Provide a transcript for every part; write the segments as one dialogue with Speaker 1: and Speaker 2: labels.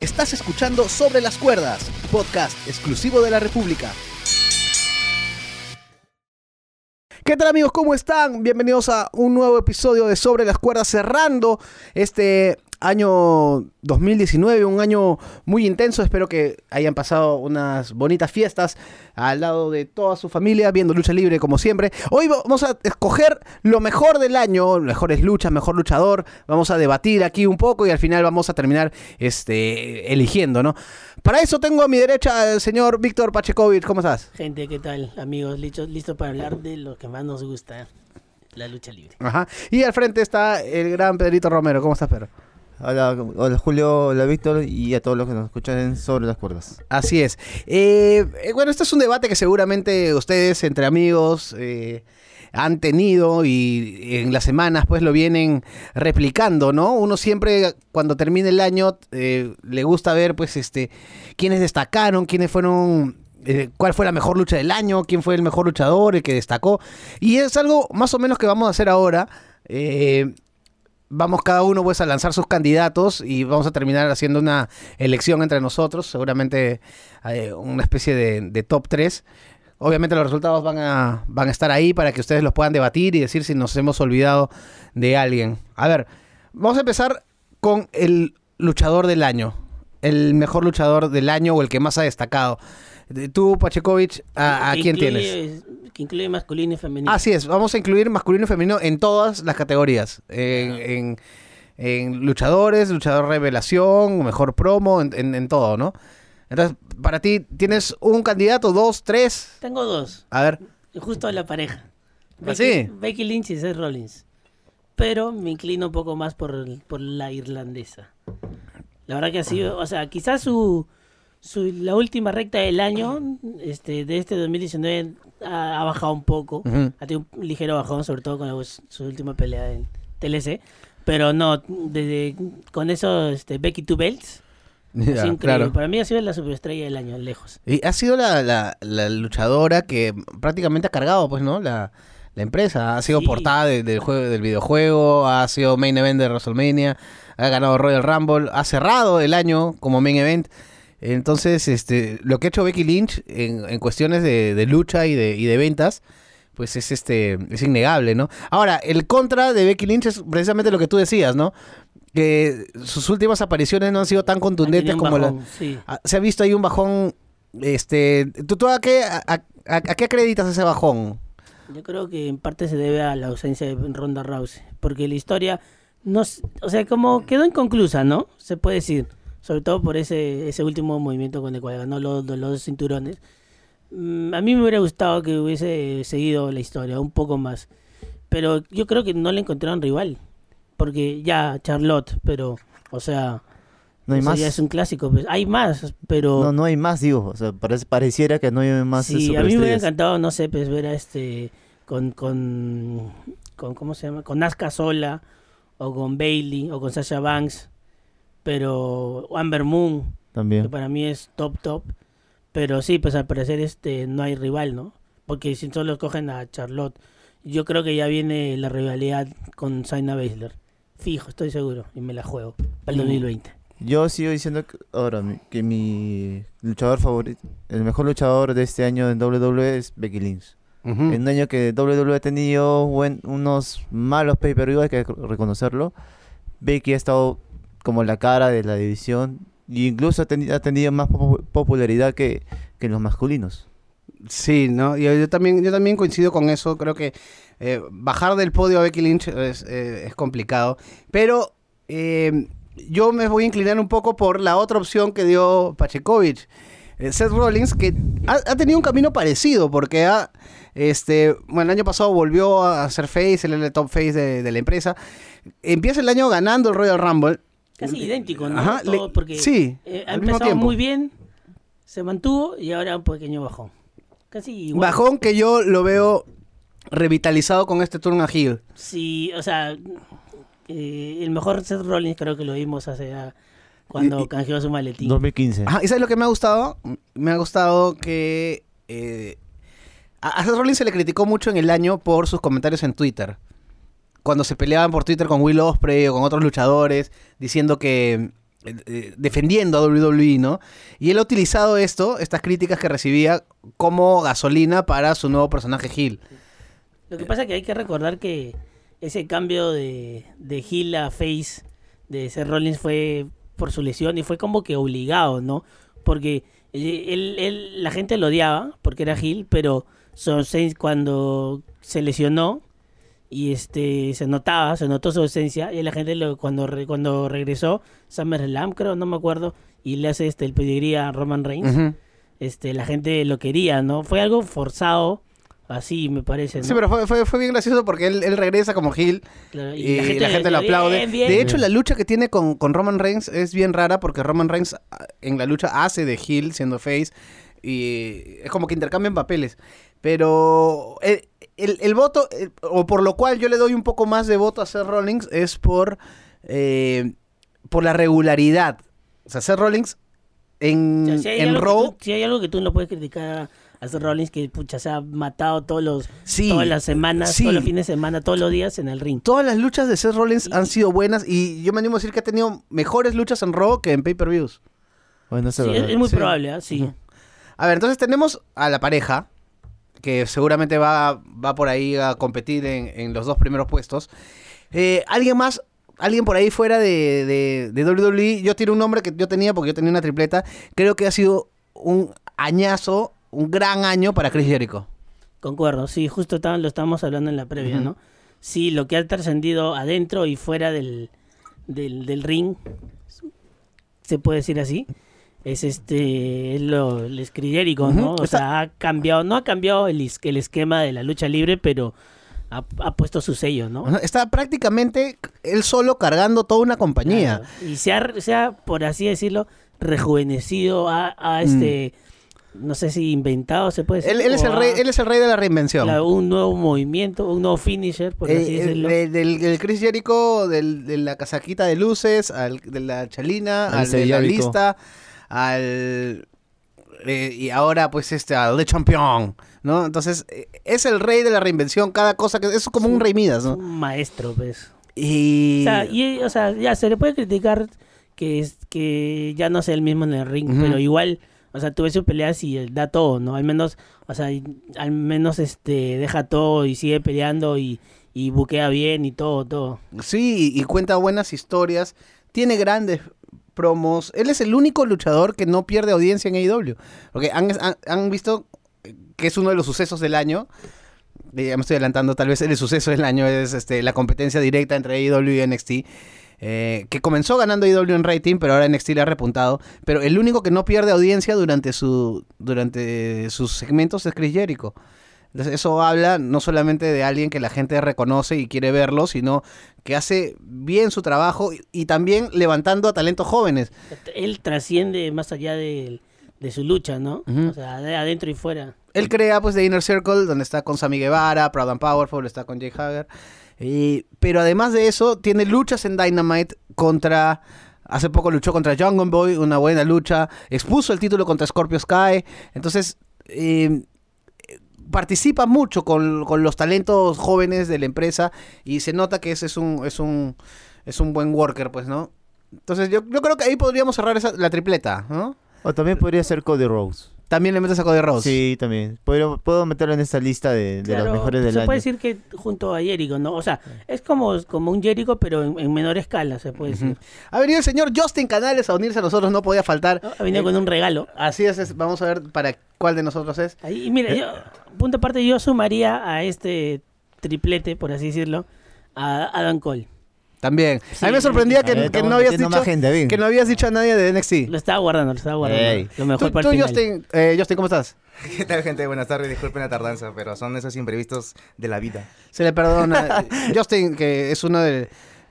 Speaker 1: Estás escuchando Sobre las Cuerdas, podcast exclusivo de la República. ¿Qué tal amigos? ¿Cómo están? Bienvenidos a un nuevo episodio de Sobre las Cuerdas cerrando este año 2019, un año muy intenso. Espero que hayan pasado unas bonitas fiestas al lado de toda su familia, viendo lucha libre como siempre. Hoy vamos a escoger lo mejor del año, mejores luchas, mejor luchador. Vamos a debatir aquí un poco y al final vamos a terminar este, eligiendo, ¿no? Para eso tengo a mi derecha al señor Víctor Pachecovic. ¿Cómo estás?
Speaker 2: Gente, ¿qué tal? Amigos, listo, listo para hablar de lo que más nos gusta, la lucha libre.
Speaker 1: Ajá. Y al frente está el gran Pedrito Romero. ¿Cómo estás, Pedro?
Speaker 3: Hola, hola Julio, hola Víctor y a todos los que nos escuchan en sobre las cuerdas.
Speaker 1: Así es. Eh, eh, bueno, este es un debate que seguramente ustedes entre amigos eh, han tenido y en las semanas pues lo vienen replicando, ¿no? Uno siempre cuando termina el año eh, le gusta ver pues este quiénes destacaron, quiénes fueron eh, cuál fue la mejor lucha del año, quién fue el mejor luchador, el que destacó. Y es algo más o menos que vamos a hacer ahora. Eh, vamos cada uno pues a lanzar sus candidatos y vamos a terminar haciendo una elección entre nosotros, seguramente eh, una especie de, de top 3. Obviamente los resultados van a, van a estar ahí para que ustedes los puedan debatir y decir si nos hemos olvidado de alguien. A ver, vamos a empezar con el luchador del año. El mejor luchador del año o el que más ha destacado. De- Tú, Pachecovic, ¿a, Ah, a
Speaker 2: Que
Speaker 1: quién
Speaker 2: incluye-
Speaker 1: tienes? Ah,
Speaker 2: Que incluye masculino y femenino.
Speaker 1: Así es, vamos a incluir masculino y femenino en todas las categorías. En, en- en luchadores, luchador revelación, mejor promo, en, en- en todo, ¿no? Entonces, para ti, ¿tienes un candidato, dos, tres?
Speaker 2: Tengo dos,
Speaker 1: A ver,
Speaker 2: justo a la pareja.
Speaker 1: ¿Ah, sí?
Speaker 2: Becky Lynch y Seth Rollins. Pero me inclino un poco más por, por la irlandesa. La verdad que ha sido, o sea, quizás su, su- la última recta del año, este, de este 2019, ha, ha bajado un poco.
Speaker 1: Ujú.
Speaker 2: Ha tenido un ligero bajón, sobre todo con la- su última pelea en TLC. Pero no, desde, con eso, este, Becky Two Belts. Es
Speaker 1: Ya,
Speaker 2: increíble.
Speaker 1: claro.
Speaker 2: Para mí ha sido la superestrella del año, lejos.
Speaker 1: Y ha sido la, la- la luchadora que prácticamente ha cargado, pues, ¿no? La, la empresa. Ha sido
Speaker 2: Sí.
Speaker 1: portada de- del, juego, del videojuego, ha sido main event de WrestleMania, ha ganado Royal Rumble, ha cerrado el año como main event. Entonces, este, lo que ha hecho Becky Lynch en, en cuestiones de, de lucha y de, y de ventas, pues es este, es innegable, ¿no? Ahora, el contra de Becky Lynch es precisamente lo que tú decías, ¿no? Que sus últimas apariciones no han sido tan contundentes
Speaker 2: Tenía un
Speaker 1: como las...
Speaker 2: bajón, sí.
Speaker 1: Ah, se ha visto ahí un bajón. Este, ¿tú, tú a, qué, a, a- a qué acreditas ese bajón?
Speaker 2: Yo creo que en parte se debe a la ausencia de Ronda Rousey, porque la historia no, s- o sea, como quedó inconclusa, ¿no? Se puede decir, sobre todo por ese ese último movimiento con el cual ganó los, los dos cinturones. Mm, A mí me hubiera gustado que hubiese seguido la historia un poco más, pero yo creo que no le encontraron rival, porque ya Charlotte, pero, o sea,
Speaker 3: No hay
Speaker 2: eso
Speaker 3: más.
Speaker 2: ya es un clásico, pues. hay más, pero
Speaker 3: No, no hay más, digo. O sea, parece- pareciera que no hay más. eh,
Speaker 2: Sí, a mí me hubiera
Speaker 3: superestrellas.
Speaker 2: encantado, no sé, pues ver a este con con con cómo se llama, con Asuka sola o con Bailey o con Sasha Banks, pero o Amber Moon, que
Speaker 3: También.
Speaker 2: para mí es top top, pero sí, pues al parecer este no hay rival, ¿no? Porque si solo cogen a Charlotte, yo creo que ya viene la rivalidad con Zaina Baszler. Fijo, estoy seguro y me la juego
Speaker 3: Mm.
Speaker 2: para el 2020.
Speaker 3: Yo sigo diciendo que, ahora mi- que mi luchador favorito, el mejor luchador de este año en WWE es Becky Lynch.
Speaker 2: Mm.
Speaker 3: En un año que WWE ha tenido buen- unos malos pay-per-view, hay que reconocerlo. Becky ha estado como la cara de la división. E incluso ha tenido, ha tenido más popu- popularidad que, que los masculinos.
Speaker 1: Sí, ¿no? Yo, yo también, yo también coincido con eso. Creo que eh, bajar del podio a Becky Lynch es, eh, es complicado. Pero eh, yo me voy a inclinar un poco por la otra opción que dio Pachecovic. Eh, Seth Rollins, que ha, ha tenido un camino parecido, porque ha, este, bueno, el año pasado volvió a ser face, él era el top face de, de la empresa. Empieza el año ganando el Royal Rumble.
Speaker 2: Casi idéntico, ¿no?
Speaker 1: Ajá, le-
Speaker 2: Todo porque
Speaker 1: sí,
Speaker 2: eh, ha
Speaker 1: al mismo
Speaker 2: empezado
Speaker 1: tiempo.
Speaker 2: muy bien, se mantuvo y ahora un pequeño bajón. Casi igual.
Speaker 1: Bajón que yo lo veo revitalizado con este turno a heel.
Speaker 2: Sí, o sea, eh, el mejor Seth Rollins creo que lo vimos hace ya cuando
Speaker 1: Y- y-
Speaker 2: canjeó su maletín. Ah,
Speaker 3: 2015.
Speaker 1: Ajá, ¿Y sabes lo que me ha gustado? M- Me ha gustado que... eh, a a Seth Rollins se le criticó mucho en el año por sus comentarios en Twitter. Cuando se peleaban por Twitter con Will Ospreay o con otros luchadores, diciendo que eh, eh, defendiendo a WWE, ¿no? Y él ha utilizado esto, estas críticas que recibía, como gasolina para su nuevo personaje Gil.
Speaker 2: Lo que pasa es que hay que recordar que ese cambio de, de heel a face de Seth Rollins fue por su lesión y fue como que obligado, ¿no? Porque eh, él, él- la gente lo odiaba porque era heel, pero Soul Saints cuando se lesionó y este se notaba, se notó su ausencia y la gente lo, cuando re- cuando regresó SummerSlam creo, no me acuerdo, y le hace este el pedigrí a Roman Reigns,
Speaker 1: Ujú.
Speaker 2: este la gente lo quería, ¿no? Fue algo forzado así, me parece, ¿no?
Speaker 1: Sí, pero fue, fue- fue bien gracioso porque él, él regresa como Gil
Speaker 2: Claro,
Speaker 1: y, la gente, lo
Speaker 2: decía,
Speaker 1: aplaude.
Speaker 2: "Bien, bien".
Speaker 1: De hecho, la lucha que tiene con, con Roman Reigns es bien rara porque Roman Reigns ah, en la lucha hace de Gil siendo face y es como que intercambian papeles. Pero el, el- el voto, eh, o por lo cual yo le doy un poco más de voto a Seth Rollins, es por, eh, por la regularidad. O sea, Seth Rollins en,
Speaker 2: O sea, si hay
Speaker 1: en
Speaker 2: algo que
Speaker 1: Raw
Speaker 2: tú- si hay algo que tú no puedes criticar a Seth Rollins, que pucha, se ha matado todos los,
Speaker 1: Sí,
Speaker 2: todas las semanas,
Speaker 1: sí.
Speaker 2: todos los fines de semana, todos los días en el ring.
Speaker 1: Todas las luchas de Seth Rollins han sido buenas y yo me animo a decir que ha tenido mejores luchas en Raw que en pay-per-views.
Speaker 3: Bueno, eso
Speaker 2: Sí,
Speaker 3: es
Speaker 2: es,
Speaker 3: verdad.
Speaker 2: es muy
Speaker 1: Sí.
Speaker 2: probable, ¿ah? sí.
Speaker 1: A ver, entonces tenemos a la pareja que seguramente va, va por ahí a competir en, en los dos primeros puestos. Eh, ¿Alguien más? Alguien por ahí fuera de, de- de WWE. Yo tiro un nombre que yo tenía porque yo tenía una tripleta. Creo que ha sido un añazo, un gran año para Chris Jericho.
Speaker 2: Concuerdo, sí, justo está- lo estábamos hablando en la previa,
Speaker 1: Ujú.
Speaker 2: ¿no? Sí, lo que ha trascendido adentro y fuera del, del, del ring, se puede decir así, es este, es lo el escridérico, ¿no?
Speaker 1: Ujú,
Speaker 2: O
Speaker 1: está-
Speaker 2: sea, ha cambiado, no ha cambiado el, is- el esquema de la lucha libre, pero ha, ha puesto su sello, ¿no?
Speaker 1: Ajá, Está prácticamente él solo cargando toda una compañía.
Speaker 2: Claro, Y se ha, re- se ha, por así decirlo, rejuvenecido a, a este, no sé si inventado se puede decir.
Speaker 1: Mm. Él, él es
Speaker 2: o
Speaker 1: el rey,
Speaker 2: a-
Speaker 1: él es el rey de la reinvención.
Speaker 2: claro, un nuevo movimiento, un nuevo finisher, por así
Speaker 1: Eh, eh,
Speaker 2: decirlo.
Speaker 1: de- del, del Chris Jericho, del- de la casaquita de luces, al- de la chalina,
Speaker 3: Al
Speaker 1: al, de la
Speaker 3: Sellabico.
Speaker 1: lista, al... eh, y ahora pues este, al Le Champion, ¿no? Entonces, eh, es el rey de la reinvención, cada cosa que... Es como un rey Midas, ¿no?
Speaker 2: Un maestro, pues.
Speaker 1: Y...
Speaker 2: O sea, y, o sea, ya se le puede criticar que, es, que ya no sea el mismo en el ring,
Speaker 1: Ujú.
Speaker 2: pero igual, o sea, tuve sus peleas y él da todo, ¿no? Al menos, o sea, y- al menos este deja todo y sigue peleando y, y buquea bien y todo, todo.
Speaker 1: Sí, y cuenta buenas historias, tiene grandes promos. Él es el único luchador que no pierde audiencia en AEW. Porque han, han- han visto que es uno de los sucesos del año. Eh, Ya me estoy adelantando, tal vez el suceso del año es este, la competencia directa entre AEW y NXT. eh, que comenzó ganando AEW en rating, pero ahora NXT le ha repuntado. Pero el único que no pierde audiencia durante, su, durante sus segmentos es Chris Jericho. Entonces, eso habla no solamente de alguien que la gente reconoce y quiere verlo, sino que hace bien su trabajo y, y también levantando a talentos jóvenes.
Speaker 2: Él trasciende más allá de, de su lucha, ¿no?
Speaker 1: Ujú.
Speaker 2: O sea, de adentro y fuera.
Speaker 1: Él crea pues The Inner Circle, donde está con Sammy Guevara, Proud and Powerful, está con Jay Hager. Y- pero además de eso, tiene luchas en Dynamite contra... Hace poco luchó contra Jungle Boy, una buena lucha. Expuso el título contra Scorpio Sky. Entonces, eh, participa mucho con, con los talentos jóvenes de la empresa y se nota que ese es un, es un, es un buen worker, pues, ¿no? Entonces, yo, yo creo que ahí podríamos cerrar esa- la tripleta, ¿no?
Speaker 3: O también podría ser Cody Rhodes.
Speaker 1: También le metes a Cody Rhodes.
Speaker 3: Sí, también. Podría- puedo meterlo en esta lista de, de
Speaker 2: Claro,
Speaker 3: los mejores del
Speaker 2: se
Speaker 3: año.
Speaker 2: puede decir que junto a Jericho, ¿no? O sea, es como, como un Jericho, pero en, en menor escala, se puede decir.
Speaker 1: Ha venido el señor Justin Canales a unirse a nosotros, no podía faltar.
Speaker 2: ¿No? Ha venido con un regalo.
Speaker 1: Así es, es- vamos a ver para cuál de nosotros es.
Speaker 2: Ahí, y
Speaker 1: Eh,
Speaker 2: mira, yo, punto aparte, yo sumaría a este triplete, por así decirlo, a Adam Cole.
Speaker 1: También.
Speaker 2: Sí.
Speaker 1: a mí me sorprendía que,
Speaker 3: A ver,
Speaker 1: que
Speaker 3: estamos
Speaker 1: no habías
Speaker 3: metiendo
Speaker 1: dicho
Speaker 3: más gente, bien.
Speaker 1: que no habías dicho a nadie de NXT.
Speaker 2: Lo estaba guardando, lo estaba guardando.
Speaker 3: Ey.
Speaker 2: Lo mejor
Speaker 1: tú,
Speaker 2: para
Speaker 1: tú,
Speaker 2: el final.
Speaker 1: Justin, eh, Justin, ¿cómo estás?
Speaker 4: ¿Qué tal, gente? Buenas tardes, disculpen la tardanza, pero son esos imprevistos de la vida.
Speaker 1: Se le perdona. Justin, que es uno de...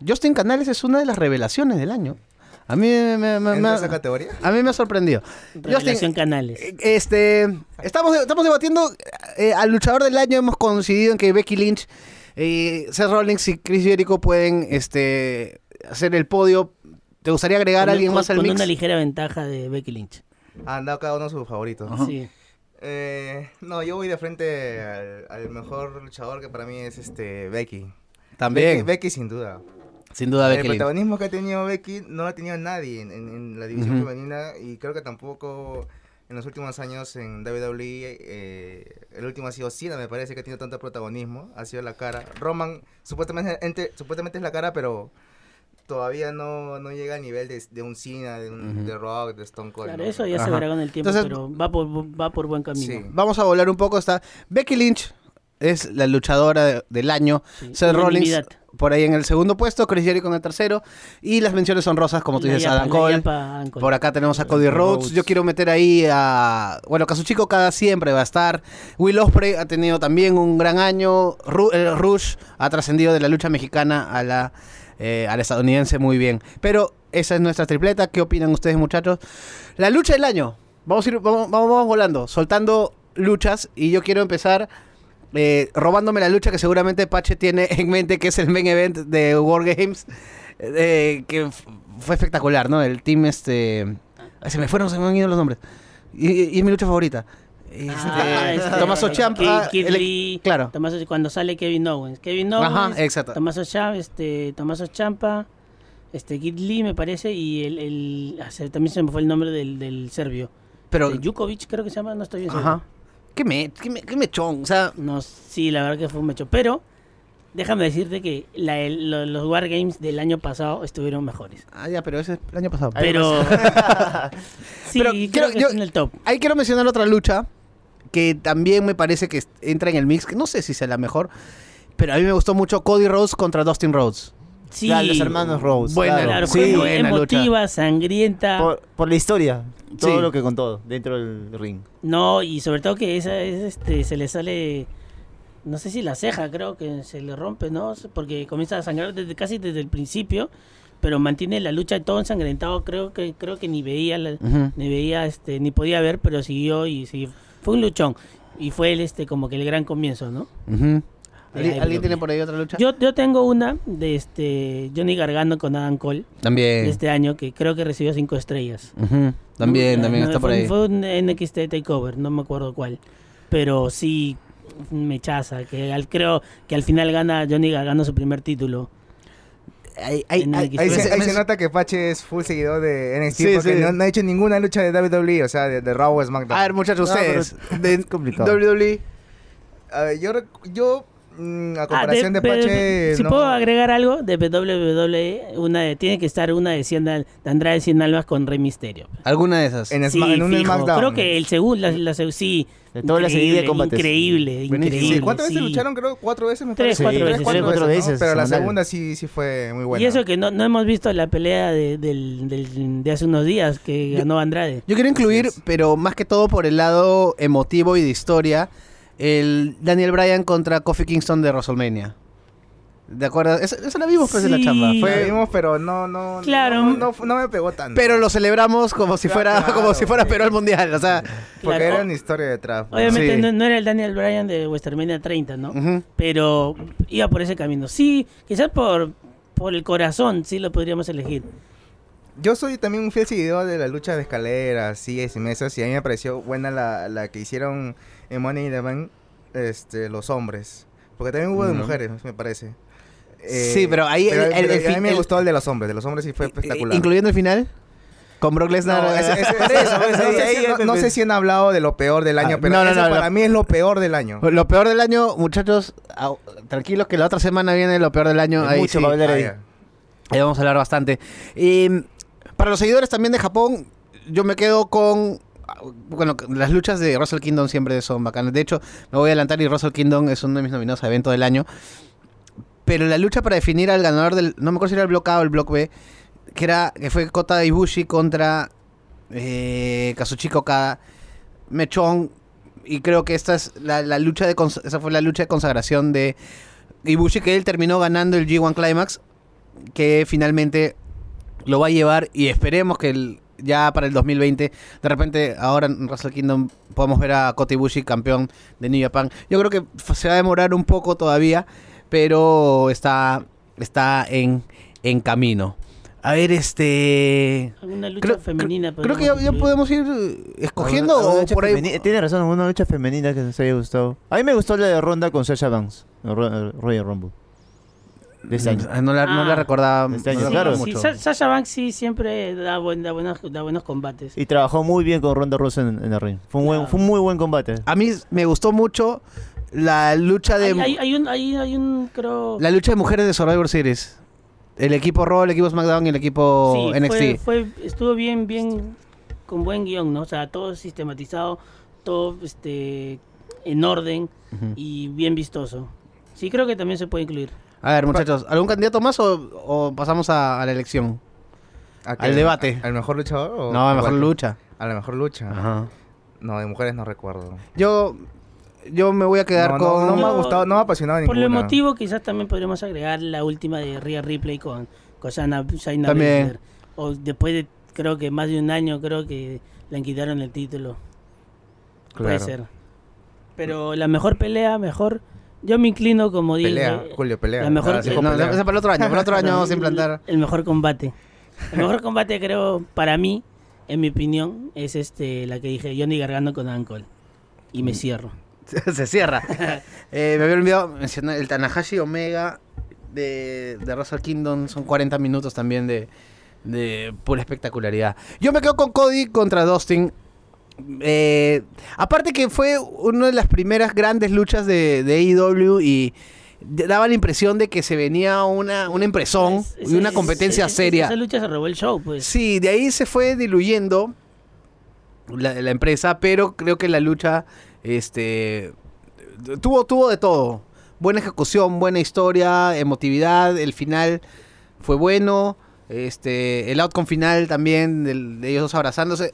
Speaker 1: Justin Canales es una de las revelaciones del año. A mí me, me- me- me-
Speaker 4: ¿Entra esa categoría?
Speaker 1: a mí me ha sorprendido.
Speaker 2: Revelación Canales.
Speaker 1: Eh, Este, estamos, estamos debatiendo eh, al luchador del año. Hemos coincidido en que Becky Lynch, eh, Seth Rollins y Chris Jericho pueden este, hacer el podio. ¿Te gustaría agregar a
Speaker 2: Con-
Speaker 1: alguien
Speaker 2: con-
Speaker 1: más al
Speaker 2: con
Speaker 1: mix?
Speaker 2: una ligera ventaja de Becky Lynch.
Speaker 4: Han dado Ah, cada uno sus favoritos.
Speaker 2: Sí.
Speaker 4: Eh, no, yo voy de frente al, al mejor luchador que para mí es este Becky. Becky, Becky sin duda.
Speaker 1: Sin
Speaker 2: eh,
Speaker 1: duda,
Speaker 4: el
Speaker 1: Becky Lynch.
Speaker 4: protagonismo que ha tenido Becky no lo ha tenido nadie en, en- en la división
Speaker 1: Ujú.
Speaker 4: femenina y creo que tampoco en los últimos años en WWE. eh, el último ha sido Cena, me parece que ha tenido tanto protagonismo. Ha sido la cara. Roman supuestamente, ente- supuestamente es la cara, pero todavía no, no llega al nivel de, de un Cena, de un
Speaker 1: Ujú.
Speaker 4: de Rock, de Stone Cold.
Speaker 2: Claro,
Speaker 4: ¿no?
Speaker 2: eso ya se
Speaker 1: Ajá.
Speaker 2: verá con el tiempo,
Speaker 1: Entonces-
Speaker 2: pero va por, va por buen camino.
Speaker 4: Sí.
Speaker 1: Vamos a volar un poco. Está Becky Lynch es la luchadora de- del año.
Speaker 2: Sí,
Speaker 1: Seth Rollins
Speaker 2: unanimidad.
Speaker 1: por ahí en el segundo puesto, Chris Jericho en el tercero y las menciones honrosas como tú
Speaker 2: La
Speaker 1: dices
Speaker 2: yapa,
Speaker 1: Adam
Speaker 2: la
Speaker 1: Cole.
Speaker 2: yapa, Adam Cole.
Speaker 1: Por acá tenemos a Cody Rhodes.
Speaker 3: Rhodes.
Speaker 1: Yo quiero meter ahí a. Bueno, Kazuchiko cada siempre va a estar. Will Osprey ha tenido también un gran año. Ru- eh, Rush ha trascendido de la lucha mexicana a la, eh, a la estadounidense muy bien. Pero esa es nuestra tripleta. ¿Qué opinan ustedes, muchachos? La lucha del año. Vamos, a ir, vamos, vamos, vamos volando, soltando luchas. Y yo quiero empezar. eh, robándome la lucha que seguramente Pache tiene en mente, que es el main event de War Games, eh, que f- fue espectacular, ¿no? El team, este. ay, Se me fueron, se me han ido los nombres. Y, y es mi lucha favorita. Este,
Speaker 2: Ah, este,
Speaker 1: Tommaso Ciampa.
Speaker 2: Kid- Kid
Speaker 1: el-
Speaker 2: Lee,
Speaker 1: claro.
Speaker 2: Tommaso- cuando sale Kevin Owens. Kevin Owens.
Speaker 1: Ajá, exacto.
Speaker 2: Tomaso Champa, este, Tomaso Champa, este, Kid Lee, me parece, y el, el- ah, se- también se me fue el nombre del, del serbio.
Speaker 1: Pero.
Speaker 2: Este, Jukovic, creo que se llama, no estoy bien
Speaker 1: Ajá. Qué, me, qué, me- qué mechón. O sea,
Speaker 2: seguro. No, sí, la verdad que fue un mecho. Pero, déjame decirte que la- el- lo- los Wargames del año pasado estuvieron mejores.
Speaker 1: ah, ya, pero ese es el año pasado.
Speaker 2: Pero, sí,
Speaker 1: Pero
Speaker 2: creo
Speaker 1: quiero-
Speaker 2: que
Speaker 1: yo-
Speaker 2: está en el top.
Speaker 1: Ahí quiero mencionar otra lucha que también me parece que entra en el mix, que no sé si sea la mejor, pero a mí me gustó mucho Cody Rhodes contra Dustin Rhodes.
Speaker 2: Sí,
Speaker 3: Claro, los hermanos Rhodes.
Speaker 1: Buena
Speaker 3: claro.
Speaker 2: Claro,
Speaker 1: Sí,
Speaker 2: fue muy
Speaker 1: buena lucha.
Speaker 2: emotiva, sangrienta.
Speaker 3: Por, por la historia. Todo
Speaker 1: Sí.
Speaker 3: lo que contó dentro del ring.
Speaker 2: No, y sobre todo que esa es, este, se le sale, no sé si la ceja, creo que se le rompe, ¿no? Porque comienza a sangrar desde casi desde el principio, pero mantiene la lucha todo ensangrentado, creo que creo que ni veía, la-
Speaker 1: Ujú.
Speaker 2: ni veía, este, ni podía ver, pero siguió y siguió. fue un luchón y fue el, este, como que el gran comienzo, ¿no?
Speaker 1: Ujú.
Speaker 2: Ay,
Speaker 1: ¿Alguien, alguien
Speaker 2: Dios
Speaker 1: tiene
Speaker 2: mío.
Speaker 1: por ahí otra lucha?
Speaker 2: Yo, yo tengo una de este Johnny Gargano con Adam Cole
Speaker 1: también.
Speaker 2: de este año que creo que recibió cinco estrellas.
Speaker 1: Ujú. También,
Speaker 2: No,
Speaker 1: también
Speaker 2: no,
Speaker 1: está por
Speaker 2: fue-
Speaker 1: ahí.
Speaker 2: Fue un NXT Takeover, no me acuerdo cuál. Pero sí, me chaza. Que al, creo que al final gana Johnny Gargano su primer título.
Speaker 1: Ahí- ahí-
Speaker 2: en
Speaker 1: ahí-
Speaker 2: NXT.
Speaker 4: Ahí, se,
Speaker 1: me-
Speaker 4: ahí
Speaker 1: me-
Speaker 4: se nota que Pache es full seguidor de NXT
Speaker 1: Sí,
Speaker 4: porque
Speaker 1: sí.
Speaker 4: No, no ha hecho ninguna lucha de WWE, o sea, de, de Raw o SmackDown.
Speaker 1: A ver, muchachos,
Speaker 3: No, pero
Speaker 1: ustedes. de
Speaker 3: es complicado.
Speaker 4: E.
Speaker 1: WWE.
Speaker 4: A ver, yo, rec- yo mm, a
Speaker 2: Ah,
Speaker 4: comparación de,
Speaker 2: de-
Speaker 4: Pache...
Speaker 2: de- Si
Speaker 4: no-
Speaker 2: puedo agregar algo de WWE, una de, tiene que estar una de, 100 al- de Andrade 100 Almas con Rey Misterio.
Speaker 1: Alguna de esas.
Speaker 4: En, el
Speaker 2: Sí,
Speaker 4: Sma- en un
Speaker 2: fijo.
Speaker 4: SmackDown.
Speaker 2: Creo que el segundo, la, la seg- sí.
Speaker 3: De toda la serie de
Speaker 2: increíble,
Speaker 3: combates.
Speaker 2: Increíble,
Speaker 1: Buenísimo.
Speaker 2: increíble.
Speaker 4: Sí, ¿Cuántas veces
Speaker 2: sí.
Speaker 4: lucharon? Creo cuatro veces, me
Speaker 2: Tres,
Speaker 4: parece.
Speaker 2: cuatro veces.
Speaker 4: cuatro
Speaker 2: Tres,
Speaker 3: cuatro
Speaker 4: veces, ¿no?
Speaker 3: veces,
Speaker 4: Pero la
Speaker 3: semanal.
Speaker 4: segunda sí, sí fue muy buena.
Speaker 2: Y eso que no, no hemos visto la pelea de, del- del- de hace unos días que ganó Andrade.
Speaker 1: Yo quiero incluir,
Speaker 4: Así es.
Speaker 1: pero más que todo por el lado emotivo y de historia, el Daniel Bryan contra Kofi Kingston de WrestleMania. ¿De acuerdo? Esa, esa la vimos pues en la
Speaker 2: Sí.
Speaker 1: chamba.
Speaker 4: La
Speaker 1: Fue-
Speaker 4: vimos, pero no, no,
Speaker 2: Claro.
Speaker 4: no, no, no me pegó tanto.
Speaker 1: pero lo celebramos como si fuera,
Speaker 4: Claro,
Speaker 1: como si fuera
Speaker 4: sí.
Speaker 1: Perú al Mundial. O sea,
Speaker 4: Porque
Speaker 2: Claro.
Speaker 4: era una historia detrás. ¿no?
Speaker 2: Obviamente
Speaker 1: Sí.
Speaker 2: no, no era el Daniel Bryan de Westermania 30, ¿no?
Speaker 1: ujú.
Speaker 2: Pero iba por ese camino. Sí, quizás por, por el corazón, sí lo podríamos elegir.
Speaker 4: Yo soy también un fiel seguidor de la lucha de escaleras, sillas y mesas, y a mí me pareció buena la, la que hicieron en Money in the Bank este, los hombres. Porque también hubo de
Speaker 1: Ujú.
Speaker 4: mujeres, me parece. Eh,
Speaker 1: Sí, pero ahí el- el-
Speaker 4: pero
Speaker 1: el
Speaker 4: a mí
Speaker 1: fin-
Speaker 4: me
Speaker 1: el-
Speaker 4: gustó el de los hombres, de los hombres sí fue espectacular.
Speaker 1: Eh, Incluyendo el final con Brock Lesnar.
Speaker 4: No, ese- ese- ese- no sé si- no- no sé si han hablado de lo peor del año,
Speaker 1: Ah,
Speaker 4: pero
Speaker 1: no, no,
Speaker 4: ese
Speaker 1: no,
Speaker 4: para
Speaker 1: no.
Speaker 4: mí es lo peor del año.
Speaker 1: Lo peor del año, muchachos, au- tranquilos que la otra semana viene lo peor del año.
Speaker 3: Hay
Speaker 1: Ahí,
Speaker 3: mucho
Speaker 1: sí,
Speaker 3: para hablar
Speaker 4: Ah,
Speaker 3: ahí.
Speaker 4: ya.
Speaker 1: ahí vamos a hablar bastante. Eh, para los seguidores también de Japón, yo me quedo con... Bueno, las luchas de Russell Kingdom siempre son bacanas. De hecho, me voy a adelantar y Russell Kingdom es uno de mis nominados a evento del año. Pero la lucha para definir al ganador del... No me acuerdo si era el bloque A o el bloque B, que, era, que fue Kota Ibushi contra eh, Kazuchika Okada. Mechón. Y creo que esta es la, la lucha de cons- esa fue la lucha de consagración de Ibushi, que él terminó ganando el G1 Climax, que finalmente lo va a llevar y esperemos que el- ya para el 2020, de repente ahora en Wrestle Kingdom podemos ver a Kota Ibushi campeón de New Japan. Yo creo que f- se va a demorar un poco todavía, pero está, está en, en camino. A ver, este...
Speaker 2: Alguna lucha
Speaker 1: Creo,
Speaker 2: femenina.
Speaker 1: creo- creo que ya, ya
Speaker 2: podríamos incluir.
Speaker 1: podemos ir eh, escogiendo
Speaker 3: Alguna- alguna
Speaker 1: o
Speaker 3: lucha
Speaker 1: por ahí...
Speaker 3: femeni- Tiene razón, una lucha eh, femenina que nos haya gustado. A mí me gustó la de Ronda con Sasha Banks. el Ro- el Royal Rumble. de este año.
Speaker 1: Ah, No la, no la
Speaker 2: Ah.
Speaker 1: recordaba
Speaker 3: Este
Speaker 1: no
Speaker 3: año,
Speaker 1: la
Speaker 2: Sí,
Speaker 3: claro.
Speaker 1: recordaba
Speaker 2: sí,
Speaker 1: mucho.
Speaker 2: Sa- Sasha Banks sí siempre da, buen- da buenos, da buenos combates.
Speaker 3: Y trabajó muy bien con Ronda Rousey en, en el ring. Fue un, buen, fue un muy buen combate.
Speaker 1: A mí me gustó mucho la lucha de
Speaker 2: Hay, hay- hay un, hay, hay un, creo...
Speaker 1: la lucha de mujeres de Survivor Series. El equipo Raw, el equipo SmackDown y el equipo
Speaker 2: Sí,
Speaker 1: NXT.
Speaker 2: Fue, fue- estuvo bien, bien, con buen guión, ¿no? O sea, todo sistematizado, todo este, en orden y bien vistoso. Sí, creo que también se puede incluir.
Speaker 1: A ver, muchachos, ¿algún candidato más o, o pasamos a, a la elección?
Speaker 4: ¿A
Speaker 1: Al debate.
Speaker 4: ¿Al mejor luchador? O
Speaker 1: No, a
Speaker 4: o
Speaker 1: la mejor
Speaker 4: cuál?
Speaker 1: lucha.
Speaker 4: A la mejor lucha.
Speaker 1: Ajá.
Speaker 4: No, de mujeres no recuerdo.
Speaker 1: Yo, yo me voy a quedar
Speaker 4: No, no,
Speaker 1: con.
Speaker 4: no me ha
Speaker 2: Yo-
Speaker 4: gustado, no me ha apasionado
Speaker 1: Ah,
Speaker 2: Por lo
Speaker 4: ninguna.
Speaker 2: emotivo, quizás también podríamos agregar la última de Rhea Ripley con, con Shayna- Shayna
Speaker 1: También.
Speaker 2: Baszler. O después de, creo que más de un año, creo que le quitaron el título. Puede
Speaker 4: Claro.
Speaker 2: ser. Pero la mejor pelea, mejor... Yo me inclino, como dije...
Speaker 4: Pelea, Julio, pelea.
Speaker 2: La mejor-
Speaker 4: Ah, sí,
Speaker 1: No, no,
Speaker 4: pelea.
Speaker 1: esa para el otro año. Para el otro año vamos a implantar.
Speaker 2: El mejor combate. El mejor combate creo, para mí, en mi opinión, es este la que dije, Johnny Gargano con Ancol. Y
Speaker 1: Mm.
Speaker 2: me cierro.
Speaker 1: Se cierra. Eh, me había olvidado mencionar el Tanahashi Omega de, de Russell Kingdom. Son 40 minutos también de, de pura espectacularidad. Yo me quedo con Cody contra Dustin. Eh, aparte que fue una de las primeras grandes luchas de, de AEW y d- daba la impresión de que se venía una, una impresión
Speaker 2: Es- es-
Speaker 1: y una
Speaker 2: es-
Speaker 1: competencia
Speaker 2: es- es-
Speaker 1: seria.
Speaker 2: Esa lucha se robó el show, pues.
Speaker 1: Sí, de ahí se fue diluyendo la, la empresa, pero creo que la lucha este, tuvo, tuvo de todo. Buena ejecución, buena historia, emotividad, el final fue bueno. Este, el outcome final también del- de ellos dos abrazándose.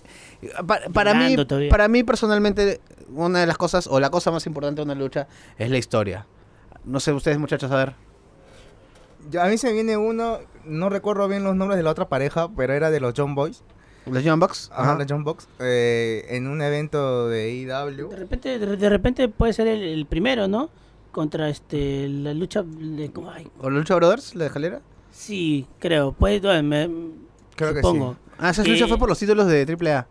Speaker 1: Pa- para, mí,
Speaker 2: Llorando todavía.
Speaker 1: para mí personalmente una de las cosas o la cosa más importante de una lucha es la historia. No sé ustedes muchachos a ver.
Speaker 4: Yo- a mí se me viene uno, no recuerdo bien los nombres de la otra pareja, pero era de los John Boys.
Speaker 1: Los Young Bucks.
Speaker 4: Ajá,
Speaker 1: Ajá.
Speaker 4: los John Box. eh, en un evento de IW.
Speaker 2: De repente, de, de repente puede ser el, el primero, ¿no? Contra este la lucha de, ay,
Speaker 1: ¿O los Lucha Brothers, la de escalera?
Speaker 2: sí, creo. Puede, bueno, me-
Speaker 4: Creo que
Speaker 2: supongo.
Speaker 1: Ah, esa
Speaker 2: Eh,
Speaker 1: lucha fue por los títulos de AAA.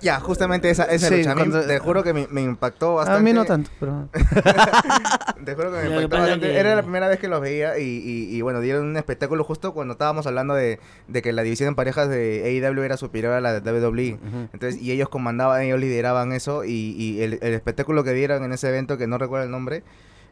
Speaker 4: Ya, justamente esa, esa
Speaker 1: Sí,
Speaker 4: lucha. A mí,
Speaker 1: cuando-
Speaker 4: Te juro que me, me impactó bastante.
Speaker 1: A mí no tanto, pero...
Speaker 4: Te juro que me
Speaker 2: Lo que
Speaker 4: impactó
Speaker 2: pasa
Speaker 4: bastante.
Speaker 2: que-
Speaker 4: Era la primera vez que los veía y, y- y, bueno, dieron un espectáculo justo cuando estábamos hablando de, de que la división en parejas de AEW era superior a la de WWE. Entonces, y ellos comandaban, ellos lideraban eso y, y el, el espectáculo que dieron en ese evento, que no recuerdo el nombre,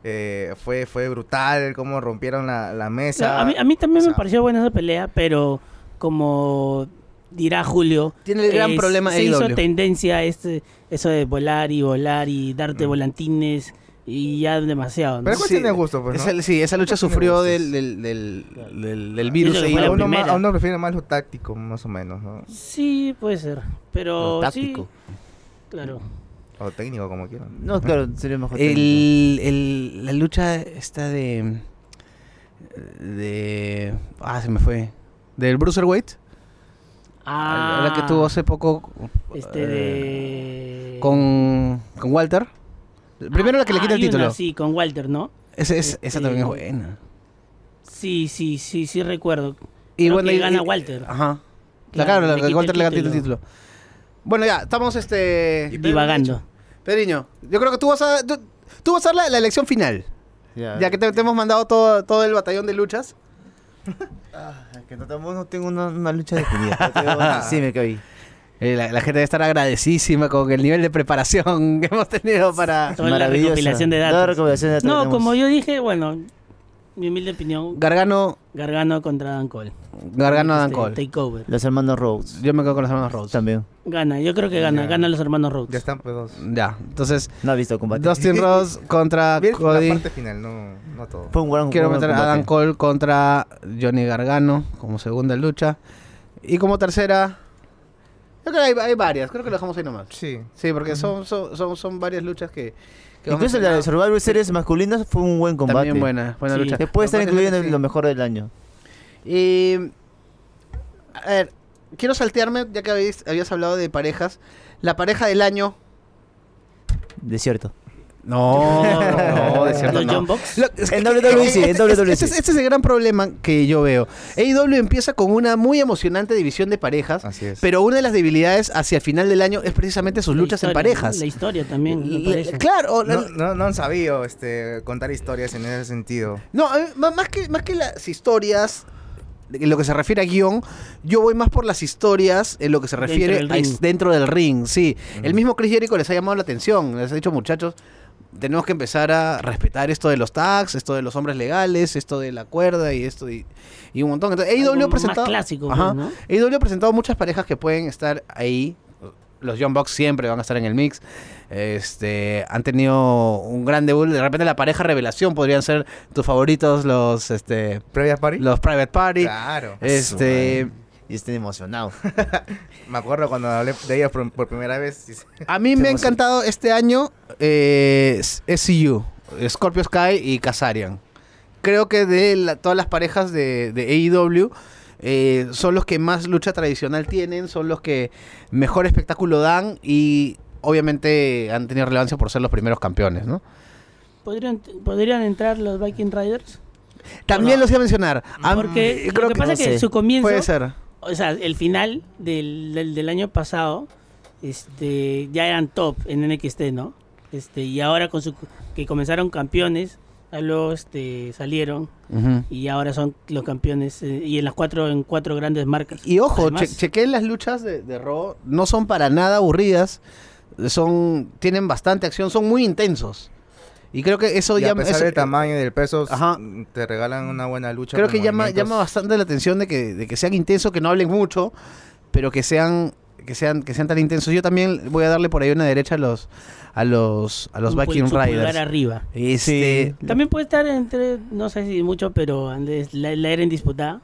Speaker 4: eh, fue, fue brutal, cómo rompieron la, la
Speaker 2: O sea,
Speaker 4: mesa.
Speaker 2: a, mí, a mí también
Speaker 4: o sea-
Speaker 2: me pareció buena esa pelea, pero como dirá Julio,
Speaker 1: Tiene el gran
Speaker 2: es-
Speaker 1: problema
Speaker 2: se hizo
Speaker 1: AEW.
Speaker 2: tendencia este, eso de volar y volar y
Speaker 1: Mm.
Speaker 2: darte volantines y ya demasiado. ¿no?
Speaker 4: Pero es cuestión de gusto, pues, ¿no?
Speaker 1: Esa- sí, esa lucha
Speaker 4: Creo que me
Speaker 1: sufrió
Speaker 4: gusta.
Speaker 1: del, del, del, del- del
Speaker 2: Yo
Speaker 1: virus.
Speaker 2: creo que
Speaker 1: ahí.
Speaker 2: fue
Speaker 4: a,
Speaker 2: la
Speaker 4: uno más,
Speaker 2: primera.
Speaker 4: a uno prefiere más lo táctico, más o menos, ¿no?
Speaker 2: Sí, puede ser, pero sí,
Speaker 1: Táctico.
Speaker 2: claro.
Speaker 4: O técnico, como quieran.
Speaker 3: No, claro, sería mejor. técnico.
Speaker 1: El, el- la lucha esta de... De... Ah, se me fue. Del Bruiser Weight.
Speaker 2: Ah,
Speaker 1: La que tuvo hace poco... eh,
Speaker 2: este de
Speaker 1: Con, con Walter. Primero la que le quita el
Speaker 2: Ah, hay una,
Speaker 1: título.
Speaker 2: sí, con Walter, ¿no?
Speaker 1: Ese- es- Esa
Speaker 2: Este-
Speaker 1: también es buena.
Speaker 2: Sí, sí, sí, sí recuerdo.
Speaker 1: Y
Speaker 2: Creo
Speaker 1: bueno,
Speaker 2: que
Speaker 1: y-
Speaker 2: gana
Speaker 1: y- Ah,
Speaker 2: Walter.
Speaker 1: Ajá. La, claro,
Speaker 2: Claro,
Speaker 1: la-
Speaker 2: le
Speaker 1: la-
Speaker 2: quita
Speaker 1: Walter
Speaker 2: el
Speaker 1: le gana el
Speaker 2: título.
Speaker 1: título. Bueno, ya, estamos este...
Speaker 2: Divagando.
Speaker 1: Pedriño, yo creo que tú vas a. Tú, tú vas a dar la, la elección final.
Speaker 3: Ya,
Speaker 1: Ya que te, te hemos mandado todo, todo el batallón de luchas.
Speaker 3: Es que no, tengo- no tengo una, una lucha definida. pero tengo- Ah, sí, me caí.
Speaker 1: Ah. Eh, la, la gente debe estar agradecidísima con el nivel de preparación que hemos tenido para.
Speaker 2: Toda la
Speaker 3: Maravillosa.
Speaker 2: recopilación de datos.
Speaker 3: Toda la recopilación de datos
Speaker 2: No,
Speaker 3: tenemos.
Speaker 2: como yo dije, bueno, mi humilde opinión,
Speaker 1: Gargano,
Speaker 2: Gargano contra Dan Cole.
Speaker 1: Gargano
Speaker 2: Este,
Speaker 1: Dan Cole.
Speaker 2: Takeover.
Speaker 3: Los hermanos Rhodes.
Speaker 1: Yo me quedo con los hermanos Rhodes.
Speaker 3: También.
Speaker 2: Gana, yo creo que gana,
Speaker 4: Ya.
Speaker 2: gana los hermanos Rhodes.
Speaker 4: Ya están, pues dos.
Speaker 1: Ya, entonces,
Speaker 3: No ha visto combate.
Speaker 1: Dustin Rhodes contra
Speaker 4: Bien, la
Speaker 1: Cody.
Speaker 4: parte final, no, no todo.
Speaker 3: Fue un gran
Speaker 1: Quiero
Speaker 3: un gran
Speaker 1: meter a
Speaker 3: combate.
Speaker 1: Dan Cole contra Johnny Gargano como segunda lucha. Y como tercera. Yo creo que hay, hay varias, creo que lo dejamos ahí nomás.
Speaker 4: Sí.
Speaker 1: Sí, porque son, son, son, son varias luchas que. que vamos
Speaker 3: Incluso
Speaker 1: a-
Speaker 3: la de Survivor Series masculinas fue un buen combate.
Speaker 1: También buena, buena
Speaker 2: Sí.
Speaker 1: lucha.
Speaker 3: Se puede estar
Speaker 4: Combate
Speaker 3: incluido en
Speaker 4: sí.
Speaker 3: lo mejor del año.
Speaker 1: Y, a ver, quiero saltearme, ya que habéis- habías hablado de parejas. La pareja del año,
Speaker 3: Desierto.
Speaker 1: No, no, de cierto
Speaker 2: Los
Speaker 1: no.
Speaker 2: John Box.
Speaker 1: Lo- es
Speaker 3: En WWE sí, en
Speaker 1: este-
Speaker 3: WWE
Speaker 1: este,
Speaker 3: sí.
Speaker 1: es- este es el gran problema que yo veo. AEW empieza con una muy emocionante división de parejas,
Speaker 4: Así es.
Speaker 1: pero una de las debilidades hacia el final del año es precisamente sus
Speaker 2: La
Speaker 1: luchas en
Speaker 2: historia,
Speaker 1: parejas.
Speaker 2: La historia también, me
Speaker 1: Y-
Speaker 2: parece.
Speaker 1: Claro, o la-
Speaker 4: No, no, no han sabido este, contar historias en ese sentido.
Speaker 1: No, a mí, ma- más que, más que las historias, en lo que se refiere a guión, yo voy más por las historias en lo que se
Speaker 2: Dentro
Speaker 1: refiere
Speaker 2: del
Speaker 1: a
Speaker 2: ring.
Speaker 1: es- dentro del ring, sí. El mismo Chris Jericho les ha llamado la atención, les ha dicho, muchachos, tenemos que empezar a respetar esto de los tags, esto de los hombres legales, esto de la cuerda y esto y, y un montón. Entonces,
Speaker 2: Algo
Speaker 1: AEW ha
Speaker 2: más
Speaker 1: presentado...
Speaker 2: clásico,
Speaker 1: Ajá.
Speaker 2: pues, ¿no?
Speaker 1: AEW ha presentado muchas parejas que pueden estar ahí. Los John Box siempre van a estar en el mix. Este, han tenido un gran debut. De repente la pareja revelación podrían ser tus favoritos, los este,
Speaker 4: ¿Previas party?
Speaker 1: los Private Party.
Speaker 4: Claro.
Speaker 1: Este,
Speaker 3: Y estoy emocionado.
Speaker 4: Me acuerdo cuando hablé de ellos por, por primera vez. y-
Speaker 1: a mí me ha encantado este año eh, SCU, Scorpio Sky y Kazarian. Creo que de la- todas las parejas de, de AEW eh, son los que más lucha tradicional tienen, son los que mejor espectáculo dan y obviamente han tenido relevancia por ser los primeros campeones, ¿no?
Speaker 2: ¿Podrían, ¿Podrían entrar los Viking Riders?
Speaker 1: También
Speaker 2: Hola.
Speaker 1: los iba a mencionar. Am-
Speaker 2: Porque lo
Speaker 1: Ah, creo
Speaker 2: que pasa
Speaker 3: no
Speaker 2: es que
Speaker 3: sé.
Speaker 2: su comienzo,
Speaker 1: puede ser.
Speaker 2: o sea, el final del, del, del año pasado, este, ya eran top en NXT, ¿no? Este, y ahora con su que comenzaron campeones, ya luego este, salieron
Speaker 1: Ujú.
Speaker 2: y ahora son los campeones eh, y en las cuatro en cuatro grandes marcas.
Speaker 1: Y ojo,
Speaker 2: Además,
Speaker 1: che chequeen las luchas de, de Raw, no son para nada aburridas, son tienen bastante acción, son muy intensos. Y creo que eso
Speaker 4: y
Speaker 1: ya
Speaker 4: a pesar
Speaker 1: eso-
Speaker 4: del tamaño y del peso,
Speaker 1: Ajá.
Speaker 4: te regalan una buena lucha.
Speaker 1: creo
Speaker 4: con
Speaker 1: que llama
Speaker 4: movimientos.
Speaker 1: llama bastante la atención de que, de que sean intensos, que no hablen mucho, pero que sean que sean que sean tan intensos. Yo también voy a darle por ahí una derecha a los a los a los
Speaker 2: su pul-
Speaker 1: Viking
Speaker 2: su pulgar
Speaker 1: Riders.
Speaker 2: arriba.
Speaker 1: Este,
Speaker 2: También puede estar entre, no sé si mucho, pero Andrés, la, la era en disputada